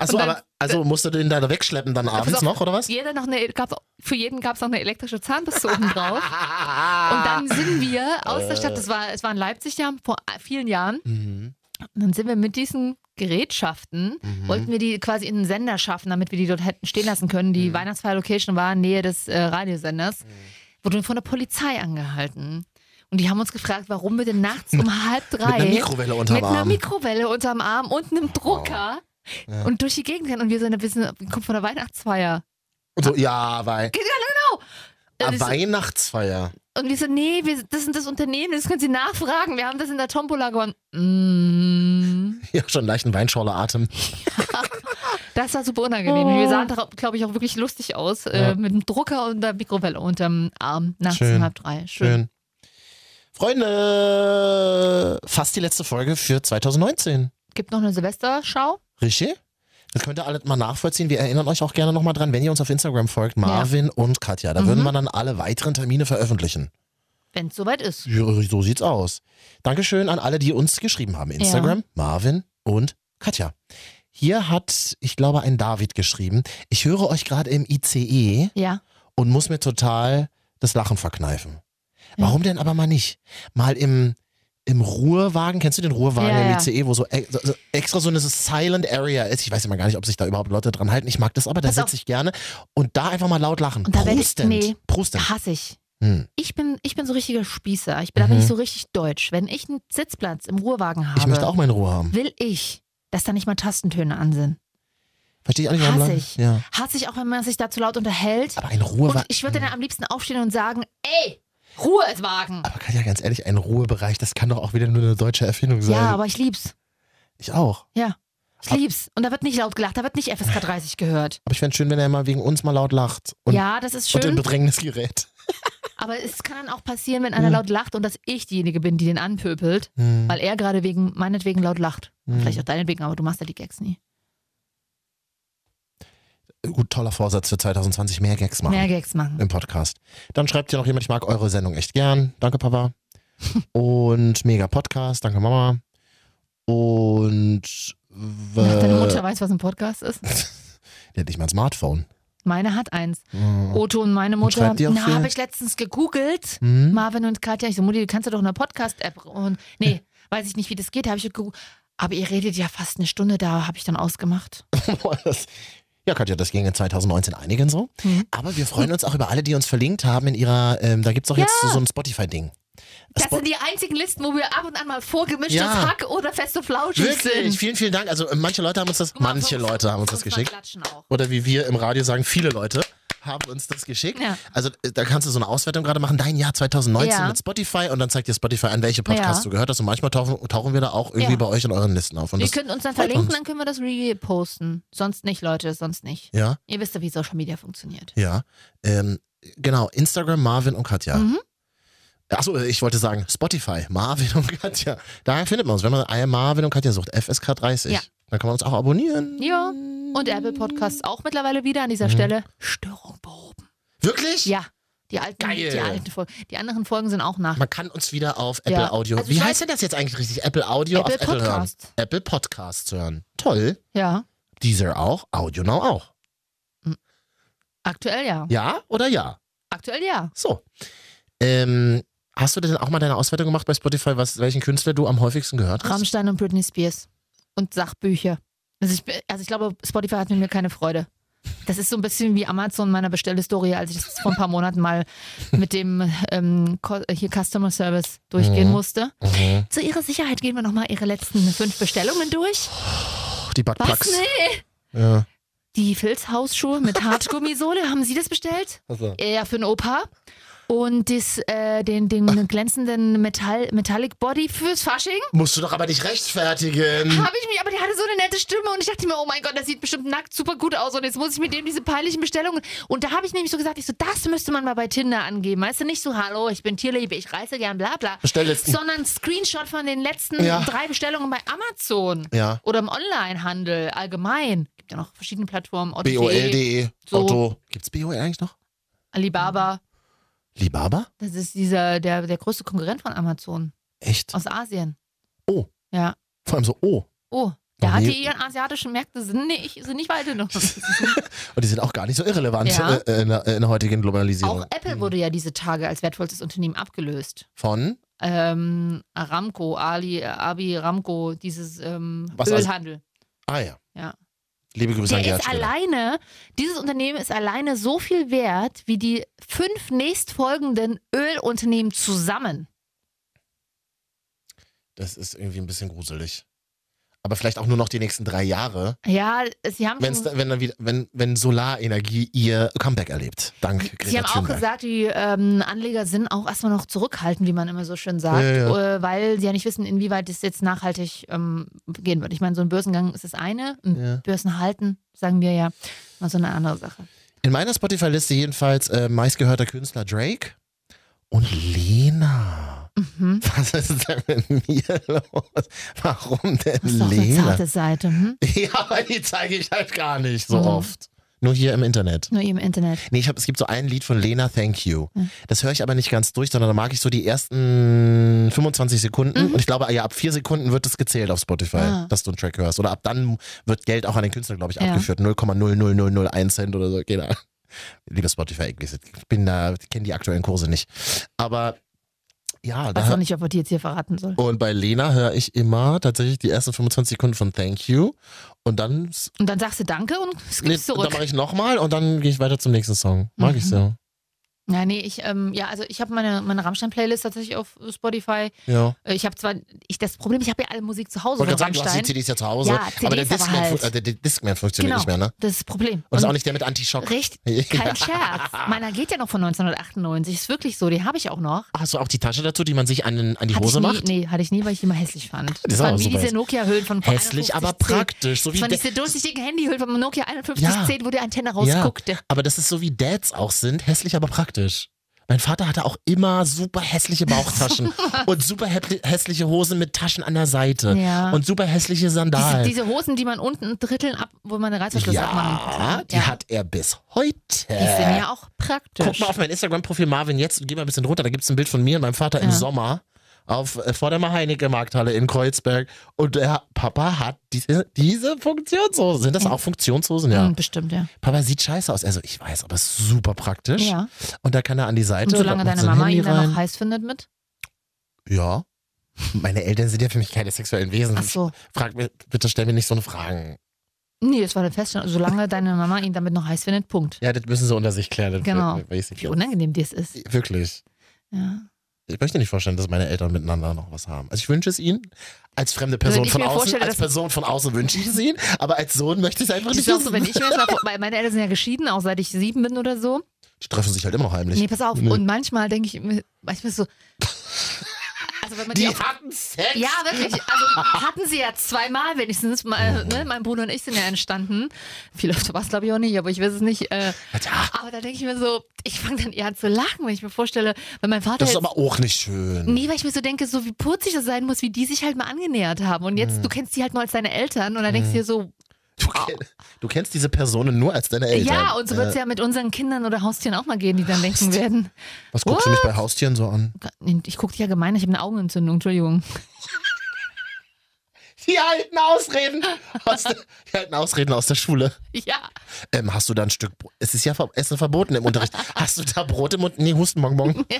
Achso,
Und dann-
aber also musst du den da wegschleppen dann abends
auf.
noch, oder was?
Jeder noch eine, gab's, für jeden gab es noch eine elektrische Zahnbürste oben drauf. Und dann sind wir aus der Stadt, das war, es war in Leipzig ja vor vielen Jahren,
Mhm.
und dann sind wir mit diesen Gerätschaften
Mhm.
Wollten wir die quasi in einen Sender schaffen, damit wir die dort hätten stehen lassen können. Die Weihnachtsfeier-Location war in Nähe des äh, Radiosenders. Wurden von der Polizei angehalten. Und die haben uns gefragt, warum wir denn nachts um halb
Mit
drei
einer Mikrowelle
mit
unterm
einer
Arm. Oh.
Mikrowelle unterm Arm und einem Drucker
Ja.
und durch die Gegend rennen. Und wir so, na, wir sind, wir kommen von der Weihnachtsfeier.
so, ja, weil.
Äh,
Ah,
Genau, das-
Weihnachtsfeier.
Und wir so, nee, wir, das sind das Unternehmen, das können Sie nachfragen. Wir haben das in der Tombola gewonnen. Mm,
Ja, schon leicht ein Weinschorle-Atem.
das war super unangenehm. Wir sahen, glaube ich, auch wirklich lustig aus.
Oh. Ja.
Äh, mit einem Drucker und der Mikrowelle unterm Arm. Nachts
Schön.
um halb drei. Schön.
Schön. Freunde, fast die letzte Folge für 2019.
Gibt noch eine Silvesterschau.
Richtig? Das könnt ihr alle mal nachvollziehen. Wir erinnern euch auch gerne nochmal dran, wenn ihr uns auf Instagram folgt, Marvin und Katja. Da
Mhm.
würden wir dann alle weiteren Termine veröffentlichen.
Wenn es soweit ist.
Ja, So sieht's aus. Dankeschön an alle, die uns geschrieben haben. Instagram, Marvin und Katja. Hier hat, ich glaube, ein David geschrieben. Ich höre euch gerade im ICE
Ja.
und muss mir total das Lachen verkneifen.
Ja.
Warum denn aber mal nicht? Mal im, im Ruhewagen, kennst du den Ruhewagen
Ja,
im
ja.
ICE, wo so, e- so so extra so eine Silent Area ist? Ich weiß immer gar nicht, ob sich da überhaupt Leute dran halten. Ich mag das aber, da
Pass auf.
sitze ich gerne. Und da einfach mal laut lachen.
Und da werd ich-
Prostend.
nee.
Prostend.
Hasse ich.
Hm.
Ich bin, ich bin so richtiger Spießer. Ich bin, da bin
Mhm.
ich so richtig deutsch. Wenn ich einen Sitzplatz im Ruhewagen habe,
Ich möchte auch meine Ruhe haben.
will ich, dass da nicht mal Tastentöne an sind.
Verstehe ich auch nicht, warum
Hasse
Leute-
ich.
Ja.
Hasse ich auch, wenn man sich da zu laut unterhält.
Aber ein Hm.
Und
Ruhewagen.
ich würde dann am liebsten aufstehen und sagen, ey, Ruhe ist Wagen.
Aber Katja, ganz ehrlich, ein Ruhebereich, das kann doch auch wieder nur eine deutsche Erfindung sein.
Ja, aber ich lieb's.
ich auch. Ah.
Ich lieb's. Und da wird nicht laut gelacht, da wird nicht FSK 30 gehört.
Aber ich fände schön, wenn er mal wegen uns mal laut lacht. Ah. Und,
ja, das ist
und in
schön.
Bedrängnis gerät.
Aber es kann dann auch passieren, wenn einer
Mhm.
laut lacht und dass ich diejenige bin, die den anpöbelt.
Hm.
Weil er gerade wegen, meinetwegen laut lacht.
Mhm.
Vielleicht auch deinetwegen, aber du machst ja die Gags nie.
Hm. Gut, toller Vorsatz für 2020, mehr Gags machen
Mehr Gags machen.
im Podcast. Dann schreibt hier noch jemand, ich mag eure Sendung echt gern.
<laughs>
Danke, Papa. Und mega Podcast, danke, Mama. Und w-
Ach, deine Mutter weiß, was ein Podcast ist.
die hat nicht mal ein Smartphone.
Meine hat eins.
Mhm.
Otto und meine Mutter.
schreibt die auch
Na,
viel?
habe ich letztens gegoogelt.
Hm?
Marvin und Katja. Ich so, Mutti, du kannst ja doch eine Podcast-App. Und nee, weiß ich nicht, wie das geht. Habe ich gegoogelt. Aber ihr redet ja fast eine Stunde da, habe ich dann ausgemacht.
Boah, das- <laughs> Ja, Katja, das ging in 2019 einigen so.
Hm.
Aber wir freuen uns auch über alle, die uns verlinkt haben in ihrer, ähm, da gibt es doch jetzt so ein Spotify-Ding.
Das
Spo-
sind die einzigen Listen, wo wir ab und an mal vorgemischtes
Ja.
Hack oder feste Flauschig
Wirklich,
sind.
vielen, vielen Dank. Also äh, manche Leute haben uns das,
Guck mal,
manche
muss-
Leute haben uns das
muss man
geschickt.
klatschen auch.
Oder wie wir im Radio sagen, viele Leute haben uns das geschickt.
Ja.
Also äh, da kannst du so eine Auswertung gerade machen, dein Jahr 2019
Ja.
mit Spotify und dann zeigt dir Spotify an, welche Podcasts
Ja.
du gehört hast. Und manchmal tauchen, tauchen wir da auch irgendwie
Ja.
bei euch in euren Listen auf. Und
Ihr
das,
könnt uns dann
freut
verlinken,
uns.
dann können wir das reposten. Sonst nicht, Leute, sonst nicht.
ja,
Ihr wisst ja, wie Social Media funktioniert.
ja. Ähm, genau, Instagram, Marvin und Katja.
Mhm.
Achso, ich wollte sagen, Spotify, Marvin und Katja. Daher findet man uns, wenn man I am Marvin und Katja sucht, FSK 30.
Ja.
Dann kann man uns auch abonnieren.
Ja. Und Apple Podcasts auch mittlerweile wieder an dieser
Mhm.
Stelle. Störung behoben.
Wirklich?
Ja, die alten,
Geil.
die alten Folgen. Die anderen Folgen sind auch nach.
Man kann uns wieder auf Apple
Ja.
Audio.
Also
Wie
schreib-
heißt denn das jetzt eigentlich richtig? Apple Audio
Apple
auf Apple
Podcast.
hören. Apple Podcasts hören. Toll.
Ja,
Deezer auch, Audio Now auch.
aktuell ja.
Ja oder ja?
Aktuell ja.
So. Ähm, hast du denn auch mal deine Auswertung gemacht bei Spotify, was, welchen Künstler du am häufigsten gehört hast?
Rammstein und Britney Spears. Und Sachbücher. Also ich, bin- also ich glaube, Spotify hat mit mir keine Freude. Das ist so ein bisschen wie Amazon meiner Bestellhistorie, als ich das vor ein paar Monaten mal mit dem ähm, Co- hier Customer Service durchgehen
Mhm.
musste.
Mhm.
Zu ihrer Sicherheit gehen wir nochmal ihre letzten fünf Bestellungen durch.
Puh, Oh, die
Was?
Buttplugs.
Nee.
Ja.
Die Filzhausschuhe mit Hartgummisohle, haben Sie das bestellt?
Also.
Äh, Ja, für den Opa. Und das, äh, den, den glänzenden Metall, Metallic Body fürs Fasching
Musst du doch aber nicht rechtfertigen.
habe ich mich, aber die hatte so eine nette Stimme und ich dachte mir, oh mein Gott, das sieht bestimmt nackt super gut aus und jetzt muss ich mit dem diese peinlichen Bestellungen. Und da habe ich nämlich so gesagt, ich so, das müsste man mal bei Tinder angeben. Weißt du, nicht so, hallo, ich bin Tierliebe, ich reise gern, bla bla.
Bestelllisten.
Sondern Screenshot von den letzten
Ja.
drei Bestellungen bei Amazon
Ja.
oder im Onlinehandel allgemein. Gibt ja noch verschiedene Plattformen. OTT,
BOL.de,
So.
E, Otto. Gibt's BOL eigentlich noch?
Alibaba.
Libaba?
Das ist dieser, der, der größte Konkurrent von Amazon.
Echt?
Aus Asien.
Oh.
Ja.
Vor allem so, oh.
Oh. Da hat
Nee.
die ihren asiatischen Märkte sind nicht, sind nicht weit genug.
Und die sind auch gar nicht so irrelevant
Ja.
äh, in, der, in der heutigen Globalisierung.
Auch Apple wurde ja diese Tage als wertvollstes Unternehmen abgelöst.
Von?
Ähm, Aramco, Ali, Abi, Ramco, dieses ähm,
Was als-
Ölhandel.
Ah ja.
Ja.
Liebe Grüße an
Der
Gerhard
ist
Schröder.
alleine, dieses Unternehmen ist alleine so viel wert wie die fünf nächstfolgenden Ölunternehmen zusammen.
Das ist irgendwie ein bisschen gruselig. Aber vielleicht auch nur noch die nächsten drei Jahre,
Ja, sie haben
wenn's,
schon-
da- wenn, dann wieder, wenn, wenn Solarenergie ihr Comeback erlebt. Dank Greta
Sie haben auch
Thunberg.
gesagt, die ähm, Anleger sind auch erstmal noch zurückhaltend, wie man immer so schön sagt,
Ja,
Äh, weil sie ja nicht wissen, inwieweit das jetzt nachhaltig ähm, gehen wird. Ich meine, so ein Börsengang ist das eine, ein
Ja.
Börsenhalten, sagen wir ja, mal so eine andere Sache.
In meiner Spotify-Liste jedenfalls äh, meistgehörter Künstler Drake und Lena.
Mhm.
<laughs> Was ist denn mit mir los? Warum denn
Das ist doch eine
Lena?
zarte Seite, hm?
<laughs> ja, aber die zeige ich halt gar nicht so
Mhm.
oft. Nur hier im Internet.
nur im Internet.
Nee, ich hab, es gibt so ein Lied von Lena, Thank You.
Mhm.
Das höre ich aber nicht ganz durch, sondern da mag ich so die ersten 25 Sekunden. Und ich glaube, ja, ab vier Sekunden wird das gezählt auf Spotify,
Mhm. Ah.
dass du einen Track hörst. Oder ab dann wird Geld auch an den Künstler, glaube ich,
Ja.
abgeführt. 0,00001 Cent oder so. Keine Ahnung. Liebe Spotify, ich bin da, kenne die aktuellen Kurse nicht. Aber ja,
Weiß auch
da,
nicht, ob wir die jetzt hier verraten sollen.
und bei Lena höre ich immer tatsächlich die ersten 25 Sekunden von Thank You. Und dann
Und dann sagst du Danke und <laughs> skippst
nee, dann
zurück.
mache ich nochmal und dann gehe ich weiter zum nächsten Song. Mag ich
Mhm.
so.
Ja, nee, ich, ähm, ja, also ich habe meine, meine Rammstein-Playlist tatsächlich auf Spotify.
Ja.
Äh, Ich habe zwar, ich, das Problem, ich habe ja alle Musik zu Hause von
Wollte gerade sagen, du hast die
Rammstein.
CDs ja zu Hause.
Ja, CDs
aber der
aber
Discman,
halt.
äh, der, der Discman funktioniert
Genau.
nicht mehr, ne?
Das ist das Problem.
Und ist
Und-
auch nicht der mit <laughs> Anti-Shock.
Richtig, kein Scherz. Meiner geht ja noch von 1998. Ist wirklich so, die habe ich auch noch.
Hast du auch die Tasche dazu, die man sich an, den, an die
Hatte
Hose
ich nie,
macht?
Nee, hatte ich nie, weil ich die immer hässlich fand. Das,
ist
waren
aber
wie
super
diese
hässlich.
Nokia-Hüllen von vor
Hässlich, aber
51 10.
praktisch. So
Das
wie
waren
Dad-
diese durchsichtigen Handyhüllen vom Nokia 5110,
Ja.
wo die Antenne rausguckte.
aber das ist so wie Dads auch sind. Hässlich, aber praktisch. Mein Vater hatte auch immer
<laughs>
super hässliche Bauchtaschen und super hä- hässliche Hosen mit Taschen an der Seite
Ja.
und super hässliche
Diese,
Sandalen.
diese Hosen, die man unten dritteln ab, wo man den Reißverschluss abmachen
ja,
kann.
die hat er bis heute.
die sind ja auch praktisch.
Guck mal auf mein Instagram-Profil Marvin jetzt und geh mal ein bisschen runter. Da gibt es ein Bild von mir und meinem Vater im
Ja.
Sommer auf, äh, vor der Maheinecke Markthalle in Kreuzberg. Und der Papa hat diese, diese Funktionshosen. Sind das auch Funktionshosen? Ja.
Hm, bestimmt, ja.
Papa sieht scheiße aus. Also ich weiß, aber ist super praktisch.
ja.
Und da kann er an die Seite.
Und solange
macht
deine
sein
Mama
Handy
ihn dann
rein.
noch heiß findet mit.
Ja. Meine Eltern sind ja für mich keine sexuellen Wesen.
Ach so.
Frag mir, bitte stell mir nicht so eine Fragen.
Nee, das war eine Feststellung. Solange deine Mama ihn damit noch heiß findet, Punkt.
Ja, das müssen sie unter sich klären. Das
Genau.
wird- weiß ich
Wie
jetzt.
unangenehm dir es ist.
Wirklich.
Ja.
Ich möchte nicht vorstellen, dass meine Eltern miteinander noch was haben. Also ich wünsche es ihnen. Als fremde Person
ich
von
mir
außen,
vorstelle,
als
dass-
Person von außen wünsche ich es ihnen, aber als Sohn möchte ich es einfach
Ich
nicht
glaube, so,
wissen. <laughs>
wenn ich mir jetzt mal, vor- weil meine Eltern sind ja geschieden, auch seit ich sieben bin oder so.
Die treffen sich halt immer noch heimlich.
Nee, pass auf.
Nee.
Und manchmal denke ich mir, manchmal so. Also, wenn man die,
die
auch,
hatten Sex!
Ja, wirklich. Also hatten sie ja zweimal wenigstens. Mal, ne? Mein Bruder und ich sind ja entstanden. Viel öfter war es, glaube ich, auch nicht, aber ich weiß es nicht. Äh,
Ja,
aber da denke ich mir so, ich fange dann eher an zu lachen, wenn ich mir vorstelle, wenn mein Vater.
das ist
jetzt,
aber auch nicht schön.
Nee, weil ich mir so denke, so wie putzig das sein muss, wie die sich halt mal angenähert haben. Und
Mhm.
jetzt, du kennst die halt nur als deine Eltern und dann denkst du dir so,
Du, kenn, du kennst diese Personen nur als deine Eltern. Äh,
ja, und so wird es ja mit unseren Kindern oder Haustieren auch mal gehen, die dann denken werden.
Was guckst du mich bei Haustieren so an?
Ich gucke dich ja gemein, ich habe eine Augenentzündung, Entschuldigung.
Die alten Ausreden aus der, die alten Ausreden aus der Schule.
<laughs> Ja.
Ähm, hast du da ein Stück Brot? Es ist ja ver Essen verboten im
<laughs>
Unterricht. Hast du da Brot im Mund? Nee, Hustenbonbon. <laughs>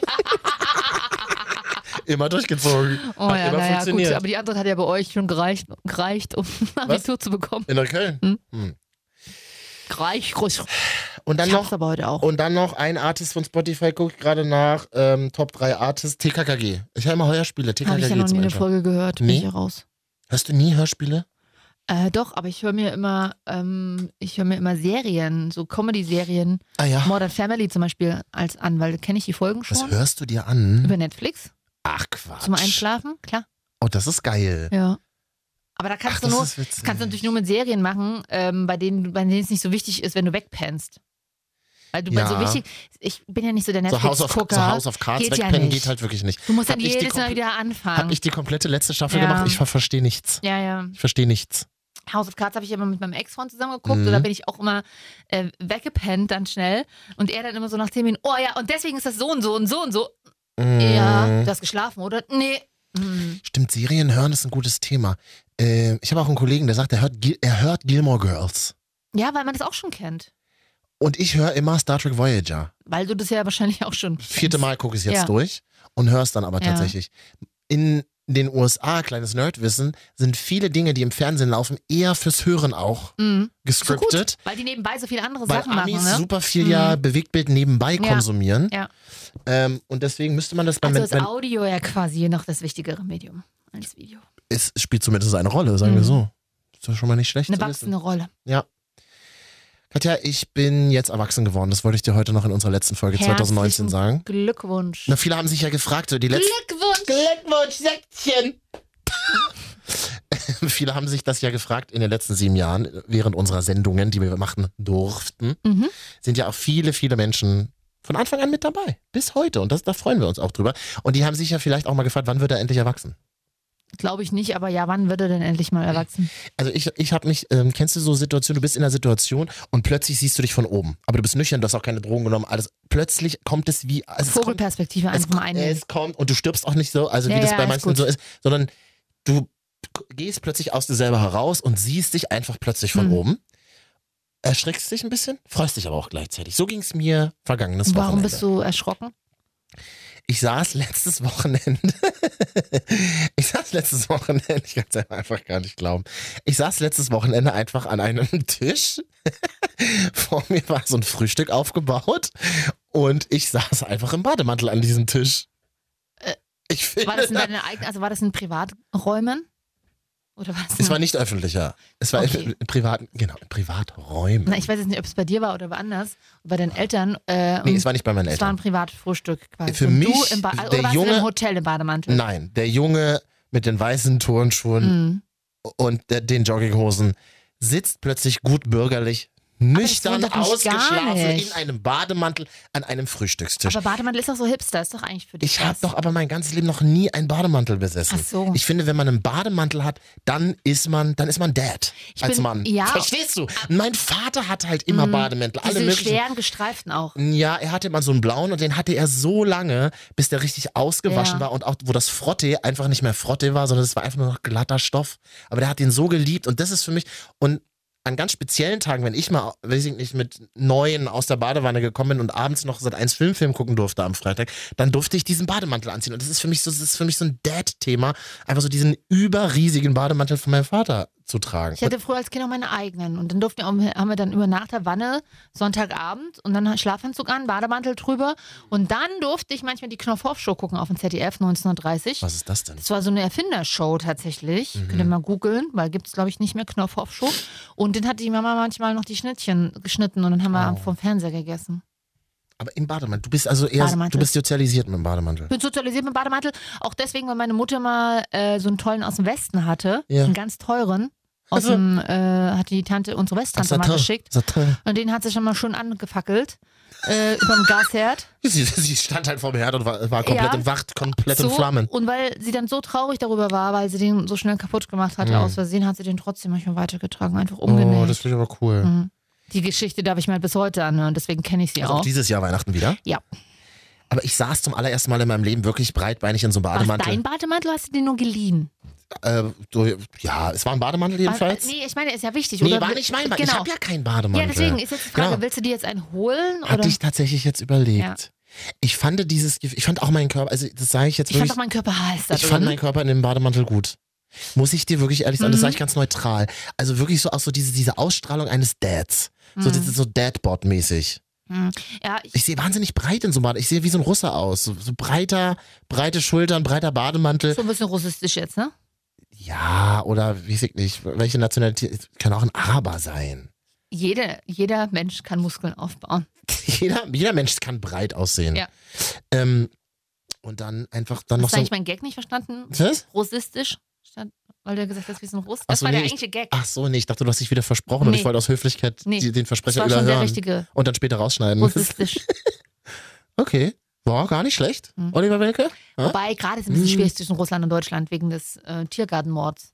immer durchgezogen.
Oh
Hat
ja,
immer
naja, gut.
funktioniert.
Aber die Antwort hat ja bei euch schon gereicht, gereicht um <laughs> ein
Was?
Abitur zu bekommen.
In Neukölln.
Hm.
Hm.
Reich, groß.
Und dann
Ich hab's
noch
aber heute auch.
und dann noch ein Artist von Spotify guckt gerade nach ähm, Top 3 Artists TKKG. Ich höre immer Hörspiele. TKKG
Habe ich ja noch nie
zum
eine
Einschlafen.
Folge gehört. Bin
Nee.
ich hier raus.
Hörst du nie Hörspiele?
Äh, doch, aber ich höre mir immer, ähm, ich höre mir immer Serien, so Comedy-Serien.
Ah ja.
Modern Family zum Beispiel als an, weil kenne ich die Folgen
Das
schon.
hörst du dir an?
Über Netflix
Ach Quatsch.
zum Einschlafen, klar.
Oh, das ist geil.
Ja. Aber da
Ach,
kannst
das
du nur,
ist witzig.
das kannst du natürlich nur mit Serien machen, ähm, bei denen, bei denen es nicht so wichtig ist, wenn du wegpennst. Weil du bei so
Ja.
wichtig, ich bin ja nicht so der
so House, of, so
Netflix-Gucker.
House of Cards
ne? Geht ja
wegpennen
nicht.
geht halt wirklich nicht.
du musst
Hab
dann
ich die
jedes Mal
komple-
wieder
Habe
anfangen.
ich die komplette letzte Staffel
Ja.
gemacht? Ich ver- verstehe nichts.
ja, ja.
Ich verstehe nichts.
House of Cards habe ich immer mit meinem Ex-Freund zusammen geguckt
Mhm.
und da bin ich auch immer äh, weggepennt dann schnell und er dann immer so nach 10 Minuten, oh ja, und deswegen ist das so und so und so und so. Ja,
Mm.
du hast geschlafen, oder? Nee. Mhm.
Stimmt, Serien hören ist ein gutes Thema. Äh, ich habe auch einen Kollegen, der sagt, er hört, Gil- er hört Gilmore Girls.
Ja, weil man das auch schon kennt.
Und ich höre immer Star Trek Voyager.
Weil du das ja wahrscheinlich auch schon.
Vierte Mal gucke ich es jetzt
Ja.
durch und höre es dann aber
Ja.
tatsächlich. In den USA, kleines Nerdwissen, sind viele Dinge, die im Fernsehen laufen, eher fürs Hören auch
Mhm. So gut,
gescriptet.
weil die nebenbei so viele andere
weil
Sachen machen.
Amis
ne?
super viel ja Bewegtbild nebenbei
Ja.
konsumieren.
Ja.
Ähm, und deswegen müsste man das bei
also
wenn,
ist
wenn,
Audio ja quasi noch das wichtigere Medium als Video.
es spielt zumindest eine Rolle, sagen wir
Mhm.
so. Ist doch schon mal nicht schlecht.
Eine
zu wissen.
wachsende Rolle.
Katja, ich bin jetzt erwachsen geworden. Das wollte ich dir heute noch in unserer letzten Folge
Herzlichen
2019 sagen. Ne.
Glückwunsch.
Na, viele haben sich ja gefragt, so die letzten.
Glückwunsch!
Glückwunsch, Säckchen! <laughs> viele haben sich das ja gefragt in den letzten sieben Jahren, während unserer Sendungen, die wir machen durften,
Mhm.
sind ja auch viele, viele Menschen von Anfang an mit dabei. Bis heute. Und das, da freuen wir uns auch drüber. Und die haben sich ja vielleicht auch mal gefragt, wann wird er endlich erwachsen?
Glaube ich nicht, aber ja, wann wird er denn endlich mal erwachsen?
Also ich, ich habe mich, ähm, kennst du so Situationen, du bist in einer Situation und plötzlich siehst du dich von oben. Aber du bist nüchtern, du hast auch keine Drogen genommen, alles. Plötzlich kommt es wie... Also es kommt,
Vogelperspektive
es,
einfach mal einnehmen.
es kommt und du stirbst auch nicht so, also wie
Ja,
das
ja,
bei
ist
manchen
gut.
so ist, sondern du k- gehst plötzlich aus dir selber heraus und siehst dich einfach plötzlich von
Hm.
oben. Erschrickst dich ein bisschen, freust dich aber auch gleichzeitig. So ging es mir vergangenes
Warum
Wochenende.
bist du erschrocken?
Ich saß letztes Wochenende. <laughs> ich saß letztes Wochenende, ich kann es einfach gar nicht glauben. Ich saß letztes Wochenende einfach an einem <laughs> Tisch. Vor mir war so ein Frühstück aufgebaut und ich saß einfach im Bademantel an diesem Tisch.
Äh,
Ich finde,
War das
<laughs>
in deinen eigenen, also war das in Privaträumen? Oder was?
es war nicht öffentlicher. Es war
Okay.
in, in privaten, genau, in Privaträumen.
Na, ich weiß jetzt nicht, ob es bei dir war oder woanders. Bei deinen Eltern. Äh,
nee,
und
es war nicht bei meinen
es war ein
Eltern.
Privatfrühstück quasi.
Für
und du
mich,
im ba
der
oder warst du
Junge-
im Hotel im Bademantel?
Nein, der Junge mit den weißen Turnschuhen
Mhm.
und der, den Jogginghosen sitzt plötzlich gut bürgerlich, nüchtern
wundert mich gar
ausgeschlafen
nicht.
in einem Bademantel an einem Frühstückstisch.
Aber Bademantel ist doch so hipster, ist doch eigentlich für dich.
ich habe
was.
doch aber mein ganzes Leben noch nie einen Bademantel besessen.
Ach so.
Ich finde, wenn man einen Bademantel hat, dann ist man, dann ist man Dad
Ich
als
bin-
Mann.
ja.
Verstehst du? Mein Vater hat halt immer
Mhm.
Bademäntel, alle
Diese
möglichen.
schweren gestreiften auch.
Ja, er hatte mal so einen blauen und den hatte er so lange, bis der richtig ausgewaschen
Ja.
war und auch wo das Frotte einfach nicht mehr Frotte war, sondern es war einfach nur noch glatter Stoff. Aber der hat den so geliebt und das ist für mich und an ganz speziellen Tagen, wenn ich mal, weiß ich nicht, mit neun aus der Badewanne gekommen bin und abends noch seit eins Filmfilm gucken durfte am Freitag, dann durfte ich diesen Bademantel anziehen. Und das ist für mich so, das ist für mich so ein Dad-Thema, einfach so diesen überriesigen Bademantel von meinem Vater zu tragen.
Ich hatte früher als Kind auch meine eigenen. Und dann durften wir auch, haben wir dann über Nacht der Wanne, Sonntagabend, und dann Schlafanzug an, Bademantel drüber. Und dann durfte ich manchmal die Knopfhoff-Show gucken auf dem ZDF 1930.
Was Mhm. ist das denn?
Das war so eine Erfindershow tatsächlich. Könnt ihr mal googeln, weil gibt es, glaube ich, nicht mehr Knopfhoff-Show. Und den hat die Mama manchmal noch die Schnittchen geschnitten und dann haben wir
Oh.
vom Fernseher gegessen.
Aber im Bademantel. Du bist also eher,
Bademantel.
du bist sozialisiert mit dem Bademantel.
Ich bin sozialisiert mit Bademantel. Auch deswegen, weil meine Mutter mal äh, so einen tollen aus dem Westen hatte.
Ja.
Einen ganz teuren. Aus
Also-
dem, äh, hat die Tante, unsere Westtante mal
Satin.
geschickt.
Satin.
Und den hat sie schon mal schön angefackelt. Äh, über dem Gasherd.
<laughs> Sie, sie stand halt vor dem Herd und war, war komplett
Ja.
im Wacht, komplett
So, Oh,
in Flammen.
und weil sie dann so traurig darüber war, weil sie den so schnell kaputt gemacht hatte,
Mhm.
aus Versehen hat sie den trotzdem manchmal weitergetragen, einfach
Oh,
umgenäht.
das finde ich aber cool.
Mhm. Die Geschichte darf ich mir halt bis heute anhören, deswegen kenne ich sie
Also auch
auch.
dieses Jahr Weihnachten wieder?
Ja.
Aber ich saß zum allerersten Mal in meinem Leben wirklich breitbeinig in so einem
War es
Bademantel.
dein Bademantel oder hast du den nur geliehen?
Äh, du, ja, es war ein Bademantel
War,
jedenfalls.
nee, ich meine, ist ja wichtig.
Nee,
oder?
war nicht mein Mantel. Ich
Genau.
habe ja keinen
ja,
Bademantel.
deswegen ist jetzt die Frage,
Genau.
willst du dir jetzt einen holen? Oder?
Hatte ich tatsächlich jetzt überlegt.
Ja.
Ich fand dieses, ich fand auch meinen Körper, also das sage ich jetzt
Ich fand
wirklich,
doch meinen Körper heiß da
ich fand meinen
drin.
Körper in dem Bademantel gut. Muss ich dir wirklich ehrlich sagen, das
Mhm.
sage ich ganz neutral. Also wirklich so auch so diese, diese Ausstrahlung eines Dads. So, das ist so Dadbot-mäßig.
Mhm. Ja, ich,
Ich sehe wahnsinnig breit in so einem Bademantel. Ich sehe wie so ein Russe aus. So, so breiter, breite Schultern, breiter Bademantel.
so ein bisschen russistisch jetzt, ne?
Ja, oder weiß ich nicht, welche Nationalität. Kann auch ein Araber sein. <laughs>
Jeder, jeder Mensch kann Muskeln aufbauen.
Jeder, jeder Mensch kann breit aussehen.
Ja.
Ähm, und dann einfach dann noch
Hast du
so.
eigentlich meinen Gag nicht verstanden?
Was?
russistisch, statt, weil du gesagt hast, wir sind Russen.
Ach
Das
so,
war
nee,
der
ich-
eigentliche Gag.
Ach so, nee, ich dachte, du hast dich wieder versprochen und
Nee.
ich wollte aus Höflichkeit
Nee.
die, den
das
Versprecher
war schon der
überhören <laughs>
richtige
und dann später rausschneiden.
russistisch.
Okay. War gar nicht schlecht.
Mhm.
Oliver Welke?
Wobei gerade ist es ein bisschen
Hm.
schwierig zwischen Russland und Deutschland wegen des äh, Tiergartenmords.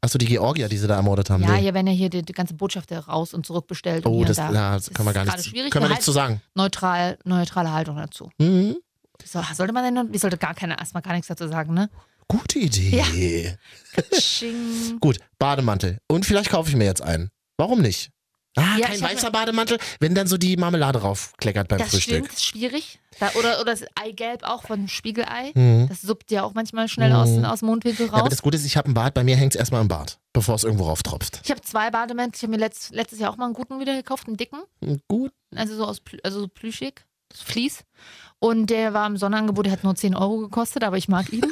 Achso, die Georgier, die sie da ermordet haben.
Ja,
die-
hier werden ja hier die, die ganze Botschaft ja raus und zurückbestellt. und
Oh,
hier
das,
und da.
ja, das können wir
ist
gar
gerade
nicht,
schwierig,
können wir
nur
nichts zu sagen.
Neutral, neutrale Haltung dazu.
Mhm.
So, sollte man denn, wie sollte gar keiner erstmal gar nichts dazu sagen,
<laughs>
ne?
Gute Idee.
Sching.
Gut, Bademantel. Und vielleicht kaufe ich mir jetzt einen. Warum nicht? Ah,
Ja,
kein
ich hab mir-
weißer Bademantel, wenn dann so die Marmelade raufkleckert beim
Das
Frühstück.
stimmt, ist schwierig. Da, oder, oder das Eigelb auch von Spiegelei.
Mhm.
Das suppt ja auch manchmal schnell aus,
Mhm.
aus dem Mundwinkel
Ja, aber
raus.
das Gute ist, ich habe einen Bart, bei mir hängt es erstmal im Bart, bevor es irgendwo rauftropft.
Ich habe zwei Bademäntel. Ich habe mir letzt, letztes Jahr auch mal einen guten wieder gekauft, einen dicken.
Hm, Gut.
Also so aus Plü- also so plüschig, so Vlies. Und der war im Sonderangebot, der hat nur 10 Euro gekostet, aber ich mag ihn. Ein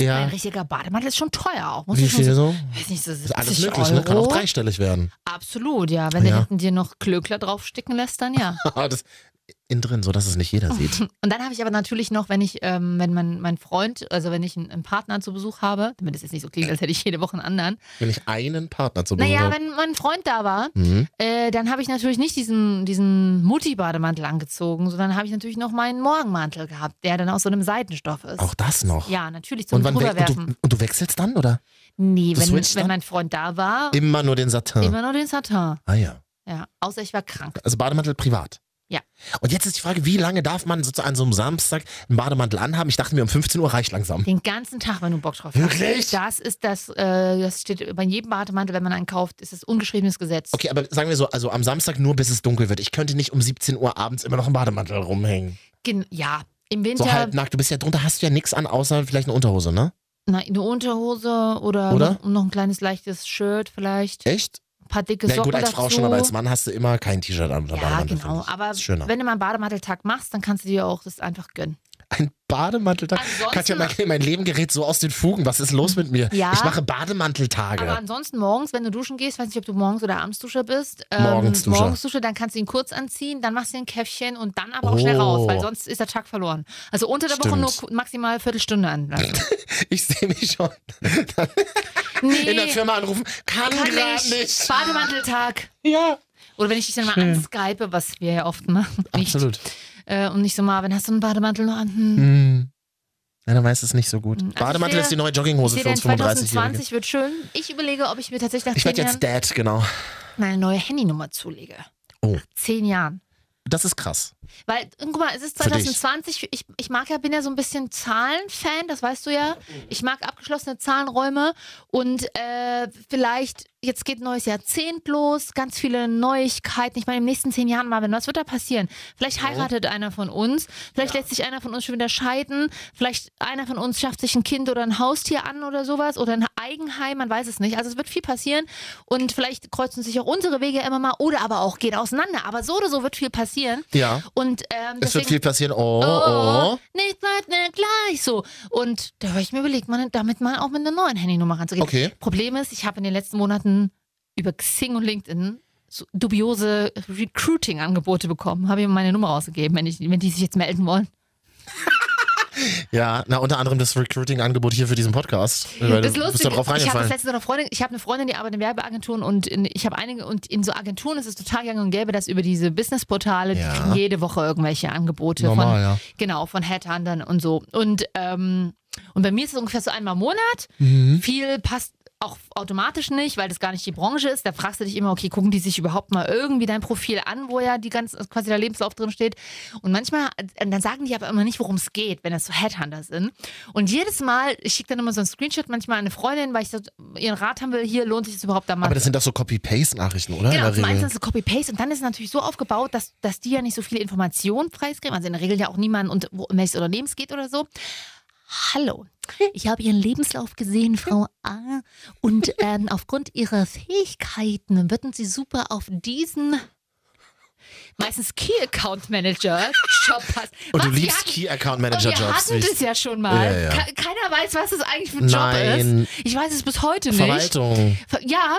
Ja,
richtiger Bademantel ist schon teuer auch. Muss
wie
ich schon
viel
sagen.
so?
Weiß nicht, so
Ist alles
70
möglich,
Euro.
ne? Kann auch dreistellig werden. <laughs>
Absolut, ja. Wenn
Ja.
der hinten dir noch Klöckler draufsticken lässt, dann
<laughs>
ja.
das innen drin, so dass es nicht jeder
<laughs>
sieht.
Und dann habe ich aber natürlich noch, wenn ich, ähm, wenn mein, mein Freund, also wenn ich einen, einen Partner zu Besuch habe, damit es jetzt nicht so klingt, als hätte ich jede Woche einen anderen.
Wenn ich einen Partner zu Besuch
Naja,
habe.
wenn mein Freund da war,
Mhm.
äh, dann habe ich natürlich nicht diesen, diesen Mutti-Bademantel angezogen, sondern habe ich natürlich noch meinen Morgenmantel gehabt, der dann aus so einem Seidenstoff ist.
Auch das noch.
Ja, natürlich zum
und, wann we- und,
drüberwerfen.
du, und du wechselst dann, oder?
nee,
du
wenn,
switcht
wenn
dann?
mein Freund da war,
Immer nur den Satin.
immer nur den Satin.
Ah ja.
Ja, außer ich war krank.
Also Bademantel privat.
Ja.
Und jetzt ist die Frage, wie lange darf man sozusagen an so einem Samstag einen Bademantel anhaben? Ich dachte mir, um 15 Uhr reicht langsam.
Den ganzen Tag, wenn du Bock drauf hast.
Wirklich?
Das ist das, äh, das steht bei jedem Bademantel, wenn man einen kauft, ist das ungeschriebenes Gesetz.
Okay, aber sagen wir so, also am Samstag nur, bis es dunkel wird. Ich könnte nicht um 17 Uhr abends immer noch einen Bademantel rumhängen.
Gen ja, im Winter
So halbnackt, du bist ja drunter, hast du ja nichts an, außer vielleicht eine Unterhose, ne?
na, eine Unterhose oder,
Oder?
Noch, noch ein kleines leichtes Shirt vielleicht.
Echt?
Ein paar dicke
Na
Socken
gut, als Frau
dazu.
schon, aber als Mann hast du immer kein T-Shirt an unter
Ja,
Bademantel.
genau.
finde ich.
Aber
Ist schöner.
wenn du mal einen Bademanteltag machst, dann kannst du dir auch das einfach gönnen.
Ein Bademanteltag. Katja,
Ansonsten,
mein, mein Leben gerät so aus den Fugen. Was ist los mit mir?
Ja.
Ich mache Bademanteltage.
aber ansonsten morgens, wenn du duschen gehst, weiß nicht, ob du morgens oder abends Duscher bist. Ähm,
Morgens Duscher.
Morgens Duscher, dann kannst du ihn kurz anziehen, dann machst du ein Käffchen und dann aber auch
Oh.
schnell raus, weil sonst ist der Tag verloren. Also unter der Woche
Stimmt.
nur ku- maximal Viertelstunde
<laughs>
anlassen.
Ich sehe mich schon
Nee,
in der Firma anrufen. Kann,
kann
gerade
nicht.
nicht.
Bademanteltag.
Ja.
Oder wenn ich dich dann mal anskype, was wir ja oft machen. Nicht,
Absolut.
äh, und nicht so, Marvin, hast du einen Bademantel noch an? Hm.
Hm. Ja, dann weiß es nicht so gut.
Also ich
Bademantel
sehe-
ist die neue
Ich
Jogginghose
sehe
für
dein
uns 35-Jährige.
2020 wird schön. Ich überlege, ob ich mir tatsächlich nach
Ich
zehn
werde
Jahren
jetzt Dad, genau.
meine neue Handynummer zulege.
Oh.
Nach zehn Jahren.
Das ist krass.
Weil, guck mal, es ist
Für dich.
2020, ich, ich mag ja, bin ja so ein bisschen Zahlenfan, das weißt du ja. Ich mag abgeschlossene Zahlenräume und äh, vielleicht, jetzt geht ein neues Jahrzehnt los, ganz viele Neuigkeiten. Ich meine, im nächsten zehn Jahren, Marvin, was wird da passieren? Vielleicht heiratet einer von uns, vielleicht lässt sich einer von uns schon wieder scheiden, vielleicht einer von uns schafft sich ein Kind oder ein Haustier an oder sowas oder ein Eigenheim, man weiß es nicht. Also es wird viel passieren und vielleicht kreuzen sich auch unsere Wege immer mal oder aber auch gehen auseinander. Aber so oder so wird viel passieren.
Ja.
Und ähm,
Es wird
deswegen,
viel passieren. Oh, oh.
nicht bleibt mir gleich so. Und da habe ich mir überlegt, man, damit mal auch mit einer neuen Handynummer ranzugehen.
Okay.
Problem ist, ich habe in den letzten Monaten über Xing und LinkedIn so dubiose Recruiting-Angebote bekommen. Habe ihm meine Nummer rausgegeben, wenn, ich, wenn die sich jetzt melden wollen.
Ja, na, unter anderem das Recruiting-Angebot hier für diesen Podcast. Weil
das
du
Lustige
bist da
ist,
drauf
ich habe das
reingefallen.
letzte eine Freundin, ich habe eine Freundin, die arbeitet in Werbeagenturen und in, ich habe einige und in so Agenturen ist es total gang und gäbe, dass über diese Businessportale
Ja.
die kriegen jede Woche irgendwelche Angebote von
Normal, ja.
genau von Headhuntern und so und ähm, und bei mir ist es ungefähr so einmal im Monat.
Mhm.
Viel passt auch automatisch nicht, weil das gar nicht die Branche ist. Da fragst du dich immer, okay, gucken die sich überhaupt mal irgendwie dein Profil an, wo ja die ganze, quasi der Lebenslauf drin steht. Und manchmal, äh, dann sagen die aber immer nicht, worum es geht, wenn das so Headhunter sind. Und jedes Mal, ich schicke dann immer so einen Screenshot manchmal an eine Freundin, weil ich so ihren Rat haben will, hier lohnt sich das überhaupt da mal.
Aber das sind doch so Copy-Paste-Nachrichten, oder?
Genau,
ne, In
zum
der
einen
Regel.
ist es Copy-Paste und dann ist es natürlich so aufgebaut, dass, dass die ja nicht so viele Informationen preisgeben. Also in der Regel ja auch niemanden, und wo, um welches Unternehmen es geht oder so. Hallo, ich habe Ihren Lebenslauf gesehen, Frau A. Und ähm, aufgrund Ihrer Fähigkeiten würden Sie super auf diesen meistens Key Account Manager Job passen.
Und du
Was, wir
liebst
hatten- und Oh, Wir
Key-Account-Manager-Jobs.
hatten das ja schon mal.
Ja, ja.
Ke- Keiner weiß, was das eigentlich für ein Job
Nein.
ist. Ich weiß es bis heute nicht.
Verwaltung.
Ver- Ja,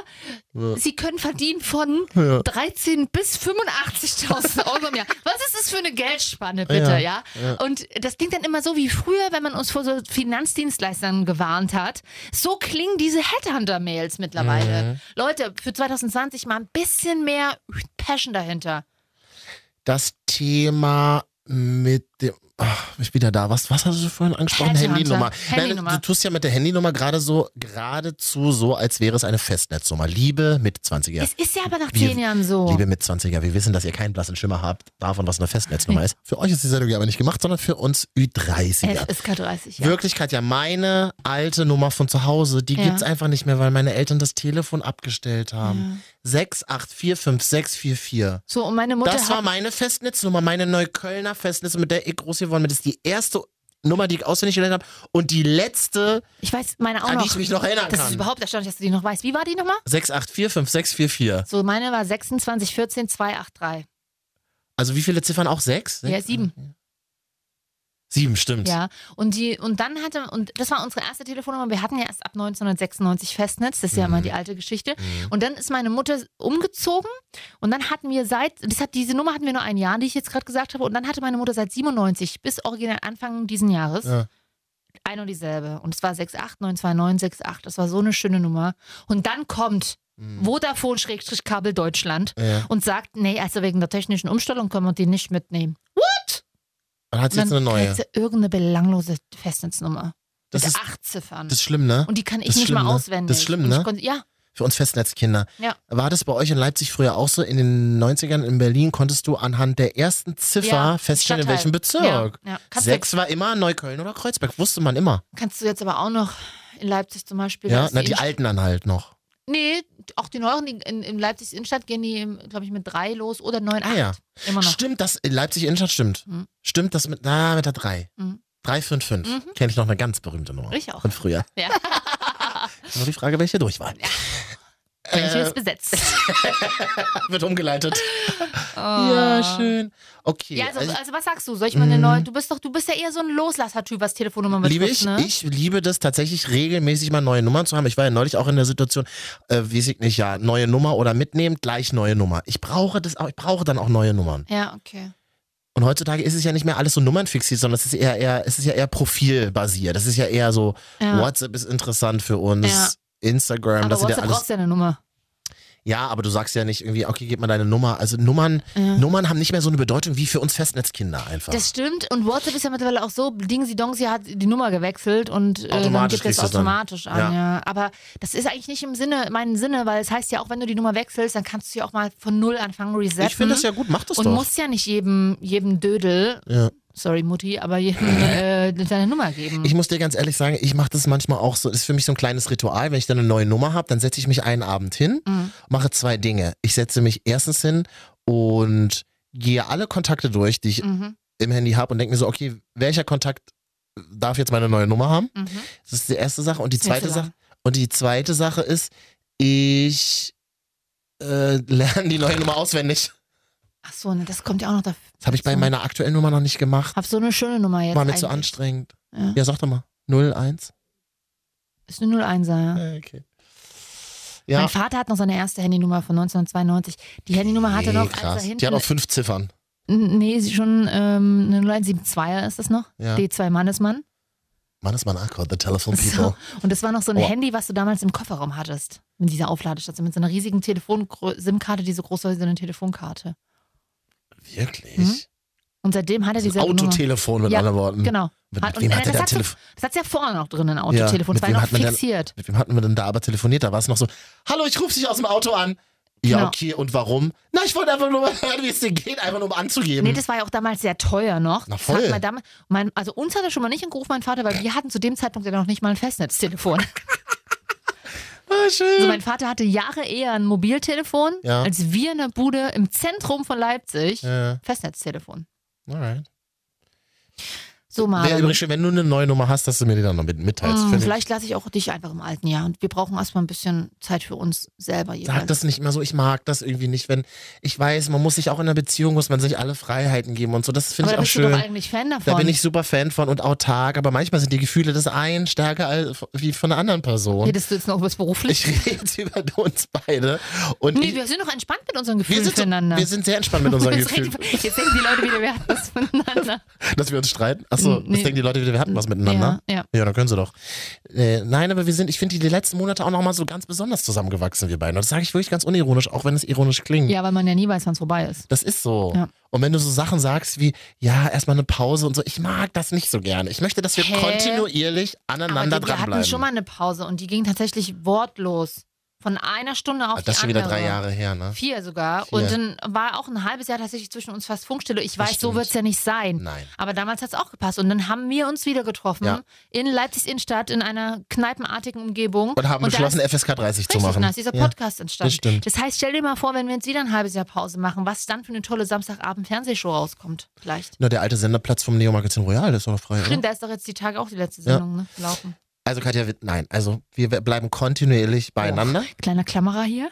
sie können verdienen von 13 bis
<laughs>
85.000 Euro im Jahr. Was ist das für eine Geldspanne, bitte, ja? Und das klingt dann immer so wie früher, wenn man uns vor so Finanzdienstleistern gewarnt hat. So klingen diese Headhunter-Mails mittlerweile. Leute, für 2020 mal ein bisschen mehr Passion dahinter.
Das Thema mit dem. Ach, ich bin wieder da. Was, was hast du vorhin angesprochen?
Headhunter.
Handynummer.
Handynummer.
Nein, du tust ja mit der Handynummer gerade so, geradezu so, als wäre es eine Festnetznummer. Liebe mit 20er.
Es ist ja aber nach
Wir-
zehn Jahren so.
Liebe Mitzwanziger, wir wissen, dass ihr keinen blassen Schimmer habt davon, was eine Festnetznummer ist. Für euch ist die Sendung ja aber nicht gemacht, sondern für uns Ü30er.
FSK 30, ja.
Wirklichkeit ja, meine alte Nummer von zu Hause, die
Ja.
gibt's einfach nicht mehr, weil meine Eltern das Telefon abgestellt haben. 6845644.
So, und meine Mutter
Das
hat
war meine Festnetznummer, meine Neuköllner Festnetznummer, mit der ich groß geworden bin. Das ist die erste Nummer, die ich auswendig gelernt habe. Und die letzte,
Ich weiß meine auch
An
noch.
die ich mich noch erinnern
das
kann.
ist überhaupt erstaunlich, dass du die noch weißt. Wie war die nochmal?
6845644.
So, meine war 26, 14, 283.
Also wie viele Ziffern auch? Sechs? Ah,
Ja, sieben.
Sieben, stimmt.
Ja. Und die, und dann hatte, und das war unsere erste Telefonnummer. Wir hatten ja erst ab 1996 Festnetz. Das ist
Mhm.
ja immer die alte Geschichte. Und dann ist meine Mutter umgezogen. Und dann hatten wir seit, das hat, diese Nummer hatten wir nur ein Jahr, die ich jetzt gerade gesagt habe. Und dann hatte meine Mutter seit 97 bis original Anfang diesen Jahres.
Ja.
Ein und dieselbe. Und es war 6892968. Das war so eine schöne Nummer. Und dann kommt
Mhm.
Vodafone-Kabel Deutschland.
Ja.
und sagt, nee, also wegen der technischen Umstellung können wir die nicht mitnehmen.
Dann hat
Und
sie jetzt eine neue.
kriegt sie irgendeine belanglose Festnetznummer.
Das
mit
ist,
acht Ziffern.
das ist schlimm, ne?
und die kann ich
das ist
nicht
schlimm,
mal
ne?
auswendig.
Das ist schlimm,
Und ich
ne?
Konnte, ja,
Für uns Festnetzkinder.
Ja.
War das bei euch in Leipzig früher auch so? In den 90ern in Berlin konntest du anhand der ersten Ziffer
ja,
feststellen, in
Stadtteil.
welchem Bezirk.
Ja, ja. Kannst,
Sechs war immer Neukölln oder Kreuzberg, wusste man immer.
Du, kannst du jetzt aber auch noch in Leipzig zum Beispiel. da
Ja,
ist
na, die
Innenst-
alten dann halt noch.
Nee, auch die neueren, die in, in Leipzigs Innenstadt gehen die, glaube ich, mit drei los oder neun,
Ah
acht.
ja.
Immer noch.
Stimmt, das in Leipzig Innenstadt stimmt.
Hm.
Stimmt das mit, na, mit der 3.
Mhm.
355.
Mhm.
Kenne ich noch eine ganz berühmte Nummer.
Ich auch.
Von früher. <laughs>
Ja.
Nur die Frage, welche Durchwahl.
Welche
Äh,
ist besetzt?
<laughs> wird umgeleitet.
Oh.
Ja, schön. Okay.
Ja, also,
also-
also was sagst du? Soll ich mal eine
Mm.
neue? Du bist doch, du bist ja eher so ein Loslasser-Typ, was Telefonnummer betrifft,
Liebe ich,
ne?
ich liebe das tatsächlich regelmäßig mal neue Nummern zu haben. Ich war ja neulich auch in der Situation, äh, weiß ich nicht, ja, neue Nummer oder mitnehmen, gleich neue Nummer. Ich brauche das auch, ich brauche dann auch neue Nummern.
Ja, okay.
Und heutzutage ist es ja nicht mehr alles so nummernfixiert, sondern es ist eher eher, es ist ja eher profilbasiert. Das ist ja eher so,
Ja.
WhatsApp ist interessant für uns,
Ja.
Instagram,
Aber
das sind ja
WhatsApp
alles.
brauchst ja eine Nummer.
Ja, aber du sagst ja nicht irgendwie, okay, gib mal deine Nummer. Also Nummern,
Ja.
Nummern haben nicht mehr so eine Bedeutung wie für uns Festnetzkinder einfach.
Das stimmt. Und WhatsApp ist ja mittlerweile auch so, Ding Sie Dong, sie hat die Nummer gewechselt und äh, dann
Automatisch
gibt es
kriegst du's dann.
automatisch an. Ja. Aber das ist eigentlich nicht im Sinne, meinen Sinne, weil es heißt ja auch, wenn du die Nummer wechselst, dann kannst du ja auch mal von null anfangen, resetten.
ich finde das ja gut, mach das
und
doch.
musst ja nicht jedem, jedem Dödel,
Ja.
sorry Mutti, aber
<laughs>
jedem äh, deine Nummer geben.
ich muss dir ganz ehrlich sagen, ich mache das manchmal auch so. Das ist für mich so ein kleines Ritual. Wenn ich dann eine neue Nummer habe, dann setze ich mich einen Abend hin,
Mhm.
mache zwei Dinge. Ich setze mich erstens hin und gehe alle Kontakte durch, die ich
mhm,
im Handy habe und denke mir so, okay, welcher Kontakt darf jetzt meine neue Nummer haben?
mhm.
Das ist die erste Sache. Und die
Ist nicht
zweite
so
Sache,
lang.
und die zweite Sache ist, ich äh, <laughs> lerne die neue Nummer auswendig.
Ach so, ne, das kommt ja auch noch dafür.
Das habe ich bei
So.
meiner aktuellen Nummer noch nicht gemacht.
Hab so eine schöne Nummer jetzt.
War mir zu
eigentlich.
anstrengend.
Ja.
Ja, sag doch mal. 01.
Ist eine 01er, ja.
Äh, Okay. Ja.
Mein Vater hat noch seine erste Handynummer von 1992. Die Handynummer hatte
Nee,
noch, als
krass.
er hinten
Die hat auch fünf Ziffern.
N- Nee, sie schon ähm, eine 0172er ist das noch.
Ja.
D2 Mannesmann.
Mann ist mein Akkord, the telephone people.
So. Und das war noch so ein
Boah.
Handy, was du damals im Kofferraum hattest. Mit dieser Aufladestation, mit so einer riesigen Telefon-SIM-Karte, die so groß war wie so eine Telefonkarte.
Wirklich?
Mhm. Und seitdem hat er
Das ist
diese
ein Autotelefon mit
Ja,
anderen Worten.
Genau.
Mit,
Hat-
mit
und
wem
äh,
hatte
das,
der
hat's ja,
Telefon?
das hat's ja vorher noch drin, ein Autotelefon. das
mit
war
wem
ja noch
hat man denn-
fixiert.
Mit wem hatten wir denn da aber telefoniert? Da war es noch so, hallo, ich rufe dich aus dem Auto an. Ja,
Genau.
okay, und warum? Na, ich wollte einfach nur mal <laughs> hören, wie es dir geht, einfach nur um anzugeben.
Nee, das war ja auch damals sehr teuer noch.
Na
Das hat
voll.
Mein Dam mein, also uns hat er schon mal nicht angerufen, mein Vater, weil wir hatten zu dem Zeitpunkt ja noch nicht mal ein
<laughs>
Festnetztelefon.
war
Also
Ah, schön.
mein Vater hatte Jahre eher ein Mobiltelefon,
Ja.
als wir in der Bude im Zentrum von Leipzig
äh,
Festnetztelefon.
alright.
So
Wäre
mal. Hm,
übrigens schön, wenn du eine neue Nummer hast, dass du mir die dann noch mit, mitteilst. Finde ich-
Vielleicht lasse ich auch dich einfach im alten Jahr und wir brauchen erstmal ein bisschen Zeit für uns selber
Sag
jeweils.
das nicht immer so, ich mag das irgendwie nicht, wenn ich weiß, man muss sich auch in einer Beziehung, muss man sich alle Freiheiten geben und so. Das
Aber
finde
da
ich auch
bist du doch
schön.
eigentlich Fan davon.
Da bin ich super Fan von und autark, aber manchmal sind die Gefühle des einen stärker als wie von der anderen Person.
Redest du jetzt noch über das
Ich <laughs>
beruflich?
rede jetzt über uns beide und
Nee,
ich,
wir sind doch entspannt mit unseren
wir,
Gefühlen
sind so,
füreinander.
wir sind sehr
<laughs>
entspannt mit unseren
jetzt,
Gefühlen,
denken die, jetzt denken die Leute wieder, wir hatten
<laughs>
das voneinander.
dass wir uns streiten. Achso,
Nee.
das denken die Leute wieder, wir hatten was miteinander.
Ja, ja.
Ja, dann können sie doch. Äh, nein, aber wir sind, ich finde, die letzten Monate auch nochmal so ganz besonders zusammengewachsen, wir beiden. Und das sage ich wirklich ganz unironisch, auch wenn es ironisch klingt.
Ja, weil man ja nie weiß, wann es vorbei ist.
Das ist so.
Ja.
Und wenn du so Sachen sagst wie, ja, erstmal eine Pause und so, ich mag das nicht so gerne. Ich möchte, dass wir
Hä?
kontinuierlich aneinander
Aber die, wir
dranbleiben.
hatten schon mal eine Pause und die ging tatsächlich wortlos. Von einer Stunde auf
das ist
die
schon
andere.
wieder drei Jahre her, ne?
Vier sogar.
Vier.
Und dann war auch ein halbes Jahr tatsächlich zwischen uns fast Funkstille. Ich weiß,
Das
so
stimmt.
wird es ja nicht sein.
Nein.
Aber damals hat es auch gepasst. Und dann haben wir uns wieder getroffen
Ja.
in Leipzigs Innenstadt in einer kneipenartigen Umgebung.
Und haben
da
beschlossen,
ist
FSK 30 zu
richtig
machen.
nah dieser
ja.
Podcast entstanden.
das stimmt.
Das heißt, stell dir mal vor, wenn wir jetzt wieder ein halbes Jahr Pause machen, was dann für eine tolle Samstagabend-Fernsehshow rauskommt. Vielleicht.
Nur der alte Senderplatz vom Neo Magazin Royal, der ist doch noch frei. Oder?
Stimmt, da ist doch jetzt die Tage auch die letzte
Ja.
Sendung, ne? Laufen.
Also Katja, wir- nein, also wir bleiben kontinuierlich beieinander.
Kleiner Klammerer hier.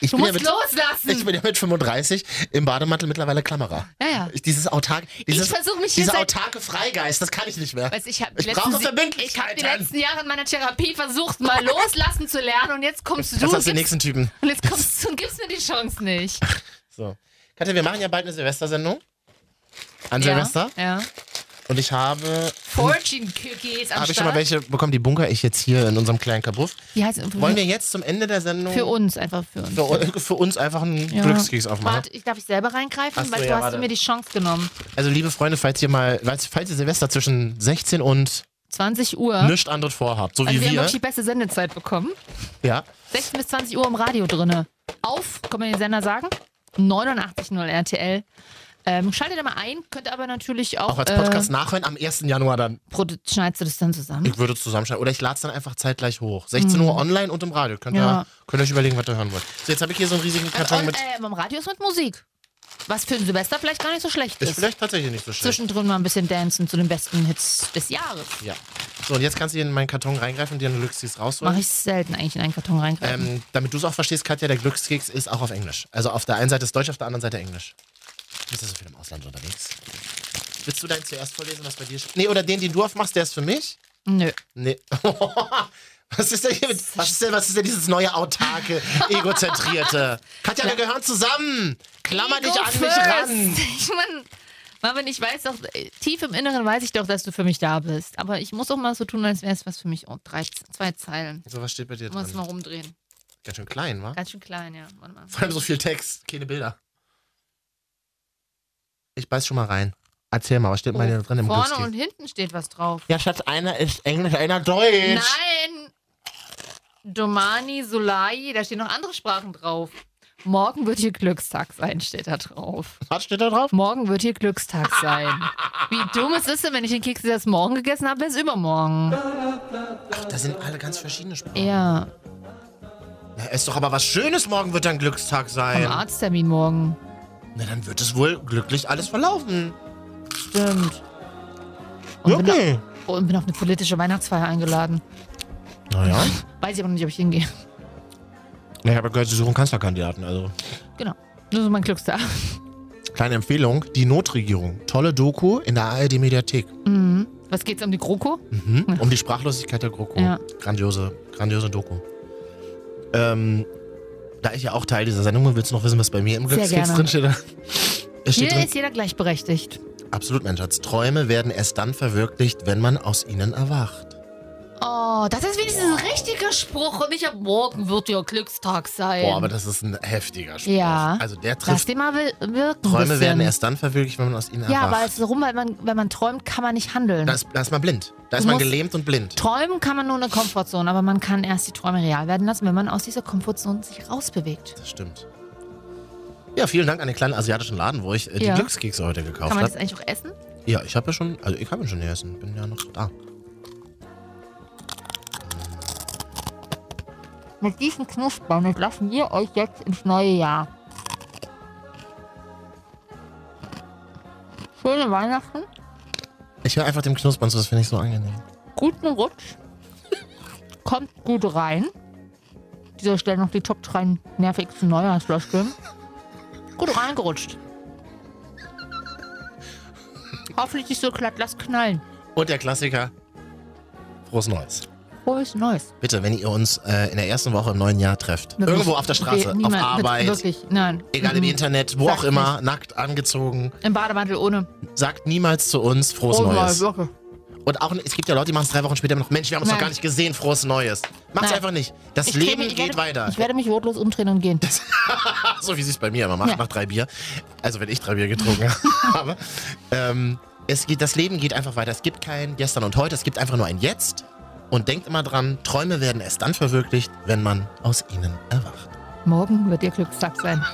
Ich
Du
bin ja
musst
mit,
loslassen.
Ich bin ja mit 35 im Bademantel mittlerweile Klammerer.
ja, ja.
Ich- Dieses autark,
ich
dieses,
versuche mich hier
dieser
seit.
autarke Freigeist, das kann ich nicht mehr.
Weiß, ich hab
Ich
letzten
brauche
Sie- Ich habe
Verbindlichkeiten.
die letzten Jahre in meiner Therapie versucht, mal loslassen zu lernen und jetzt kommst du
das
und
hast du den
gibst-
nächsten Typen.
und jetzt kommst du und gibst mir die Chance nicht.
So. Katja, wir machen ja bald eine Silvestersendung. An Silvester.
Ja. ja.
Und ich habe.
Fortune Cookies am
Habe ich schon mal
Start.
welche bekommen? Die bunker ich jetzt hier in unserem kleinen Kabuff.
Wie heißt es?
Wollen wir jetzt zum Ende der Sendung
für uns einfach für uns.
für, für uns einfach einen
Ja.
Glückskeks aufmachen?
Warte, ich darf ich selber reingreifen,
Ach so,
weil du
ja,
hast
warte.
mir die Chance genommen.
Also, liebe Freunde, falls ihr mal, falls, falls ihr Silvester zwischen 16 und
20 Uhr.
nichts anderes vorhabt, so wie
also wir haben
wir,
wirklich die beste Sendezeit bekommen.
ja,
16 bis 20 Uhr im Radio drinne. Auf, kann man den Sender sagen? 89.0 RTL. Ähm, schaltet da mal ein, könnt aber natürlich auch.
auch als Podcast nachhören am 1. Januar dann.
Äh, produ- schneidest du das dann zusammen?
Ich würde es zusammenschneiden. Oder ich lade es dann einfach zeitgleich hoch. 16 Uhr online und im Radio. Könnt, ihr,
Mhm. Ja.
könnt ihr euch überlegen, was ihr hören wollt. So, jetzt habe ich hier so einen riesigen
Äh,
Karton
und,
mit.
äh, beim Radio ist mit Musik. Was für ein Silvester vielleicht gar nicht so schlecht
Ist
ist.
vielleicht tatsächlich nicht so schlecht. Hm.
Zwischendrin mal ein bisschen dancen zu den besten Hits des Jahres.
Ja. So, und jetzt kannst du hier in meinen Karton reingreifen und dir einen Glückskeks rausholen.
Mache ich selten eigentlich in einen Karton reingreifen.
Ähm, damit du es auch verstehst, Katja, der Glückskeks ist auch auf Englisch. Also auf der einen Seite ist Deutsch, auf der anderen Seite Englisch. Du bist ja so viel im Ausland unterwegs. Willst du deinen zuerst vorlesen, was bei dir steht? Nee, oder den, den du aufmachst, der ist für mich?
Nö.
Nee. <laughs> Was ist denn hier mit, was ist denn, was ist denn dieses neue autarke, <laughs> egozentrierte? Katja, wir gehören zusammen. Klammer dich
Go
an mich
first.
ran.
Ich mein, Marvin, ich weiß doch, äh, tief im Inneren weiß ich doch, dass du für mich da bist. Aber ich muss auch mal so tun, als wäre es was für mich. Oh, drei, zwei Zeilen.
So, was steht bei dir
Muss mal
drin?
rumdrehen.
Ganz schön klein, wa?
Ganz schön klein, ja. Warte mal.
Vor allem so viel Text, keine Bilder. Ich beiß schon mal rein. Erzähl mal, was steht mal
Oh,
hier drin im
Vorne
Glückskeks?
und hinten steht was drauf.
Ja, Schatz, einer ist Englisch, einer Deutsch.
Nein! Domani, Solai, da stehen noch andere Sprachen drauf. Morgen wird hier Glückstag sein, steht da drauf.
Was steht da drauf?
Morgen wird hier Glückstag sein. Wie dumm ist es denn, wenn ich den Keks erst morgen gegessen habe, wäre es übermorgen.
Ach, da sind alle ganz verschiedene Sprachen.
Ja,
Na, ist doch aber was Schönes, morgen wird dann Glückstag sein.
am Arzttermin morgen.
Na, dann wird es wohl glücklich alles verlaufen.
Stimmt. Und bin,
Wirklich?
auf, und bin auf eine politische Weihnachtsfeier eingeladen.
Naja.
Weiß ich aber noch nicht, ob ich hingehe.
Ich habe gehört, sie suchen Kanzlerkandidaten, also.
Genau. Das ist mein Glückstag.
Kleine Empfehlung, die Notregierung. Tolle Doku in der ARD-Mediathek.
Mhm. Was geht's um die GroKo?
Mhm. Um die Sprachlosigkeit der GroKo.
Ja.
Grandiose, grandiose Doku. Ähm, da ich ja auch Teil dieser Sendung bin, willst du noch wissen, was bei mir im
Sehr
Glückskeks
gerne.
drin steht?
<laughs>
Es
Hier
steht drin,
ist jeder gleichberechtigt.
absolut, mein Schatz. Träume werden erst dann verwirklicht, wenn man aus ihnen erwacht.
Oh, das ist wenigstens ein richtiger Spruch und nicht ab morgen wird ja Glückstag sein.
Boah, aber das ist ein heftiger Spruch.
Ähm. Ja.
Also der
Lass
trifft,
den mal wir- wirken.
Träume
bisschen.
werden erst dann verwirklicht, wenn man aus ihnen
Ja, weil
erwacht.
es rum, weil man, wenn man träumt, kann man nicht handeln.
Da ist, da ist man blind. Da ist
Du
man
musst-
gelähmt und blind.
Träumen kann man nur in der Komfortzone, aber man kann erst die Träume real werden lassen, wenn man aus dieser Komfortzone sich rausbewegt.
Das stimmt. Ja, vielen Dank an den kleinen asiatischen Laden, wo ich äh, die
Ja.
Glückskekse heute gekauft
Kann man das
habe.
eigentlich auch essen?
Ja, ich habe ja schon, also ich habe ja schon gegessen, bin ja noch da.
Mit diesen Knuspern entlassen wir euch jetzt ins neue Jahr. Schöne Weihnachten,
Ich höre einfach dem Knuspern zu, das finde ich so angenehm.
guten Rutsch. <laughs> Kommt gut rein. An dieser Stelle noch die Top 3 nervigsten Neujahrsfloskeln. Gut reingerutscht. Hoffentlich nicht so glatt, lasst knallen.
Und der Klassiker, frohes Neues.
Frohes Neues.
Bitte, wenn ihr uns äh, in der ersten Woche im neuen Jahr trefft,
Wirklich.
irgendwo auf der Straße,
Wir- niemand-
auf Arbeit,
Wirklich, nein.
egal im
Mhm.
Internet, wo
Sagt
auch immer, nackt, angezogen,
Im Bademantel ohne.
sagt niemals zu uns frohes
Frohes
Neues.
wirklich.
Und auch, es gibt ja Leute, die machen es drei Wochen später immer noch, Mensch, wir haben uns
Nein.
doch gar nicht gesehen, frohes Neues. Macht's
Nein.
einfach nicht. Das
Ich
Leben
creme- ich
geht
werde-
weiter.
Ich werde mich wortlos umdrehen und gehen.
<laughs> so wie sie es bei mir immer macht,
Ja.
nach drei Bier. Also wenn ich drei Bier getrunken <laughs> habe. Ähm, es geht, das Leben geht einfach weiter. Es gibt kein Gestern und Heute, es gibt einfach nur ein Jetzt. Und denkt immer dran, Träume werden erst dann verwirklicht, wenn man aus ihnen erwacht.
Morgen wird ihr Glückstag sein.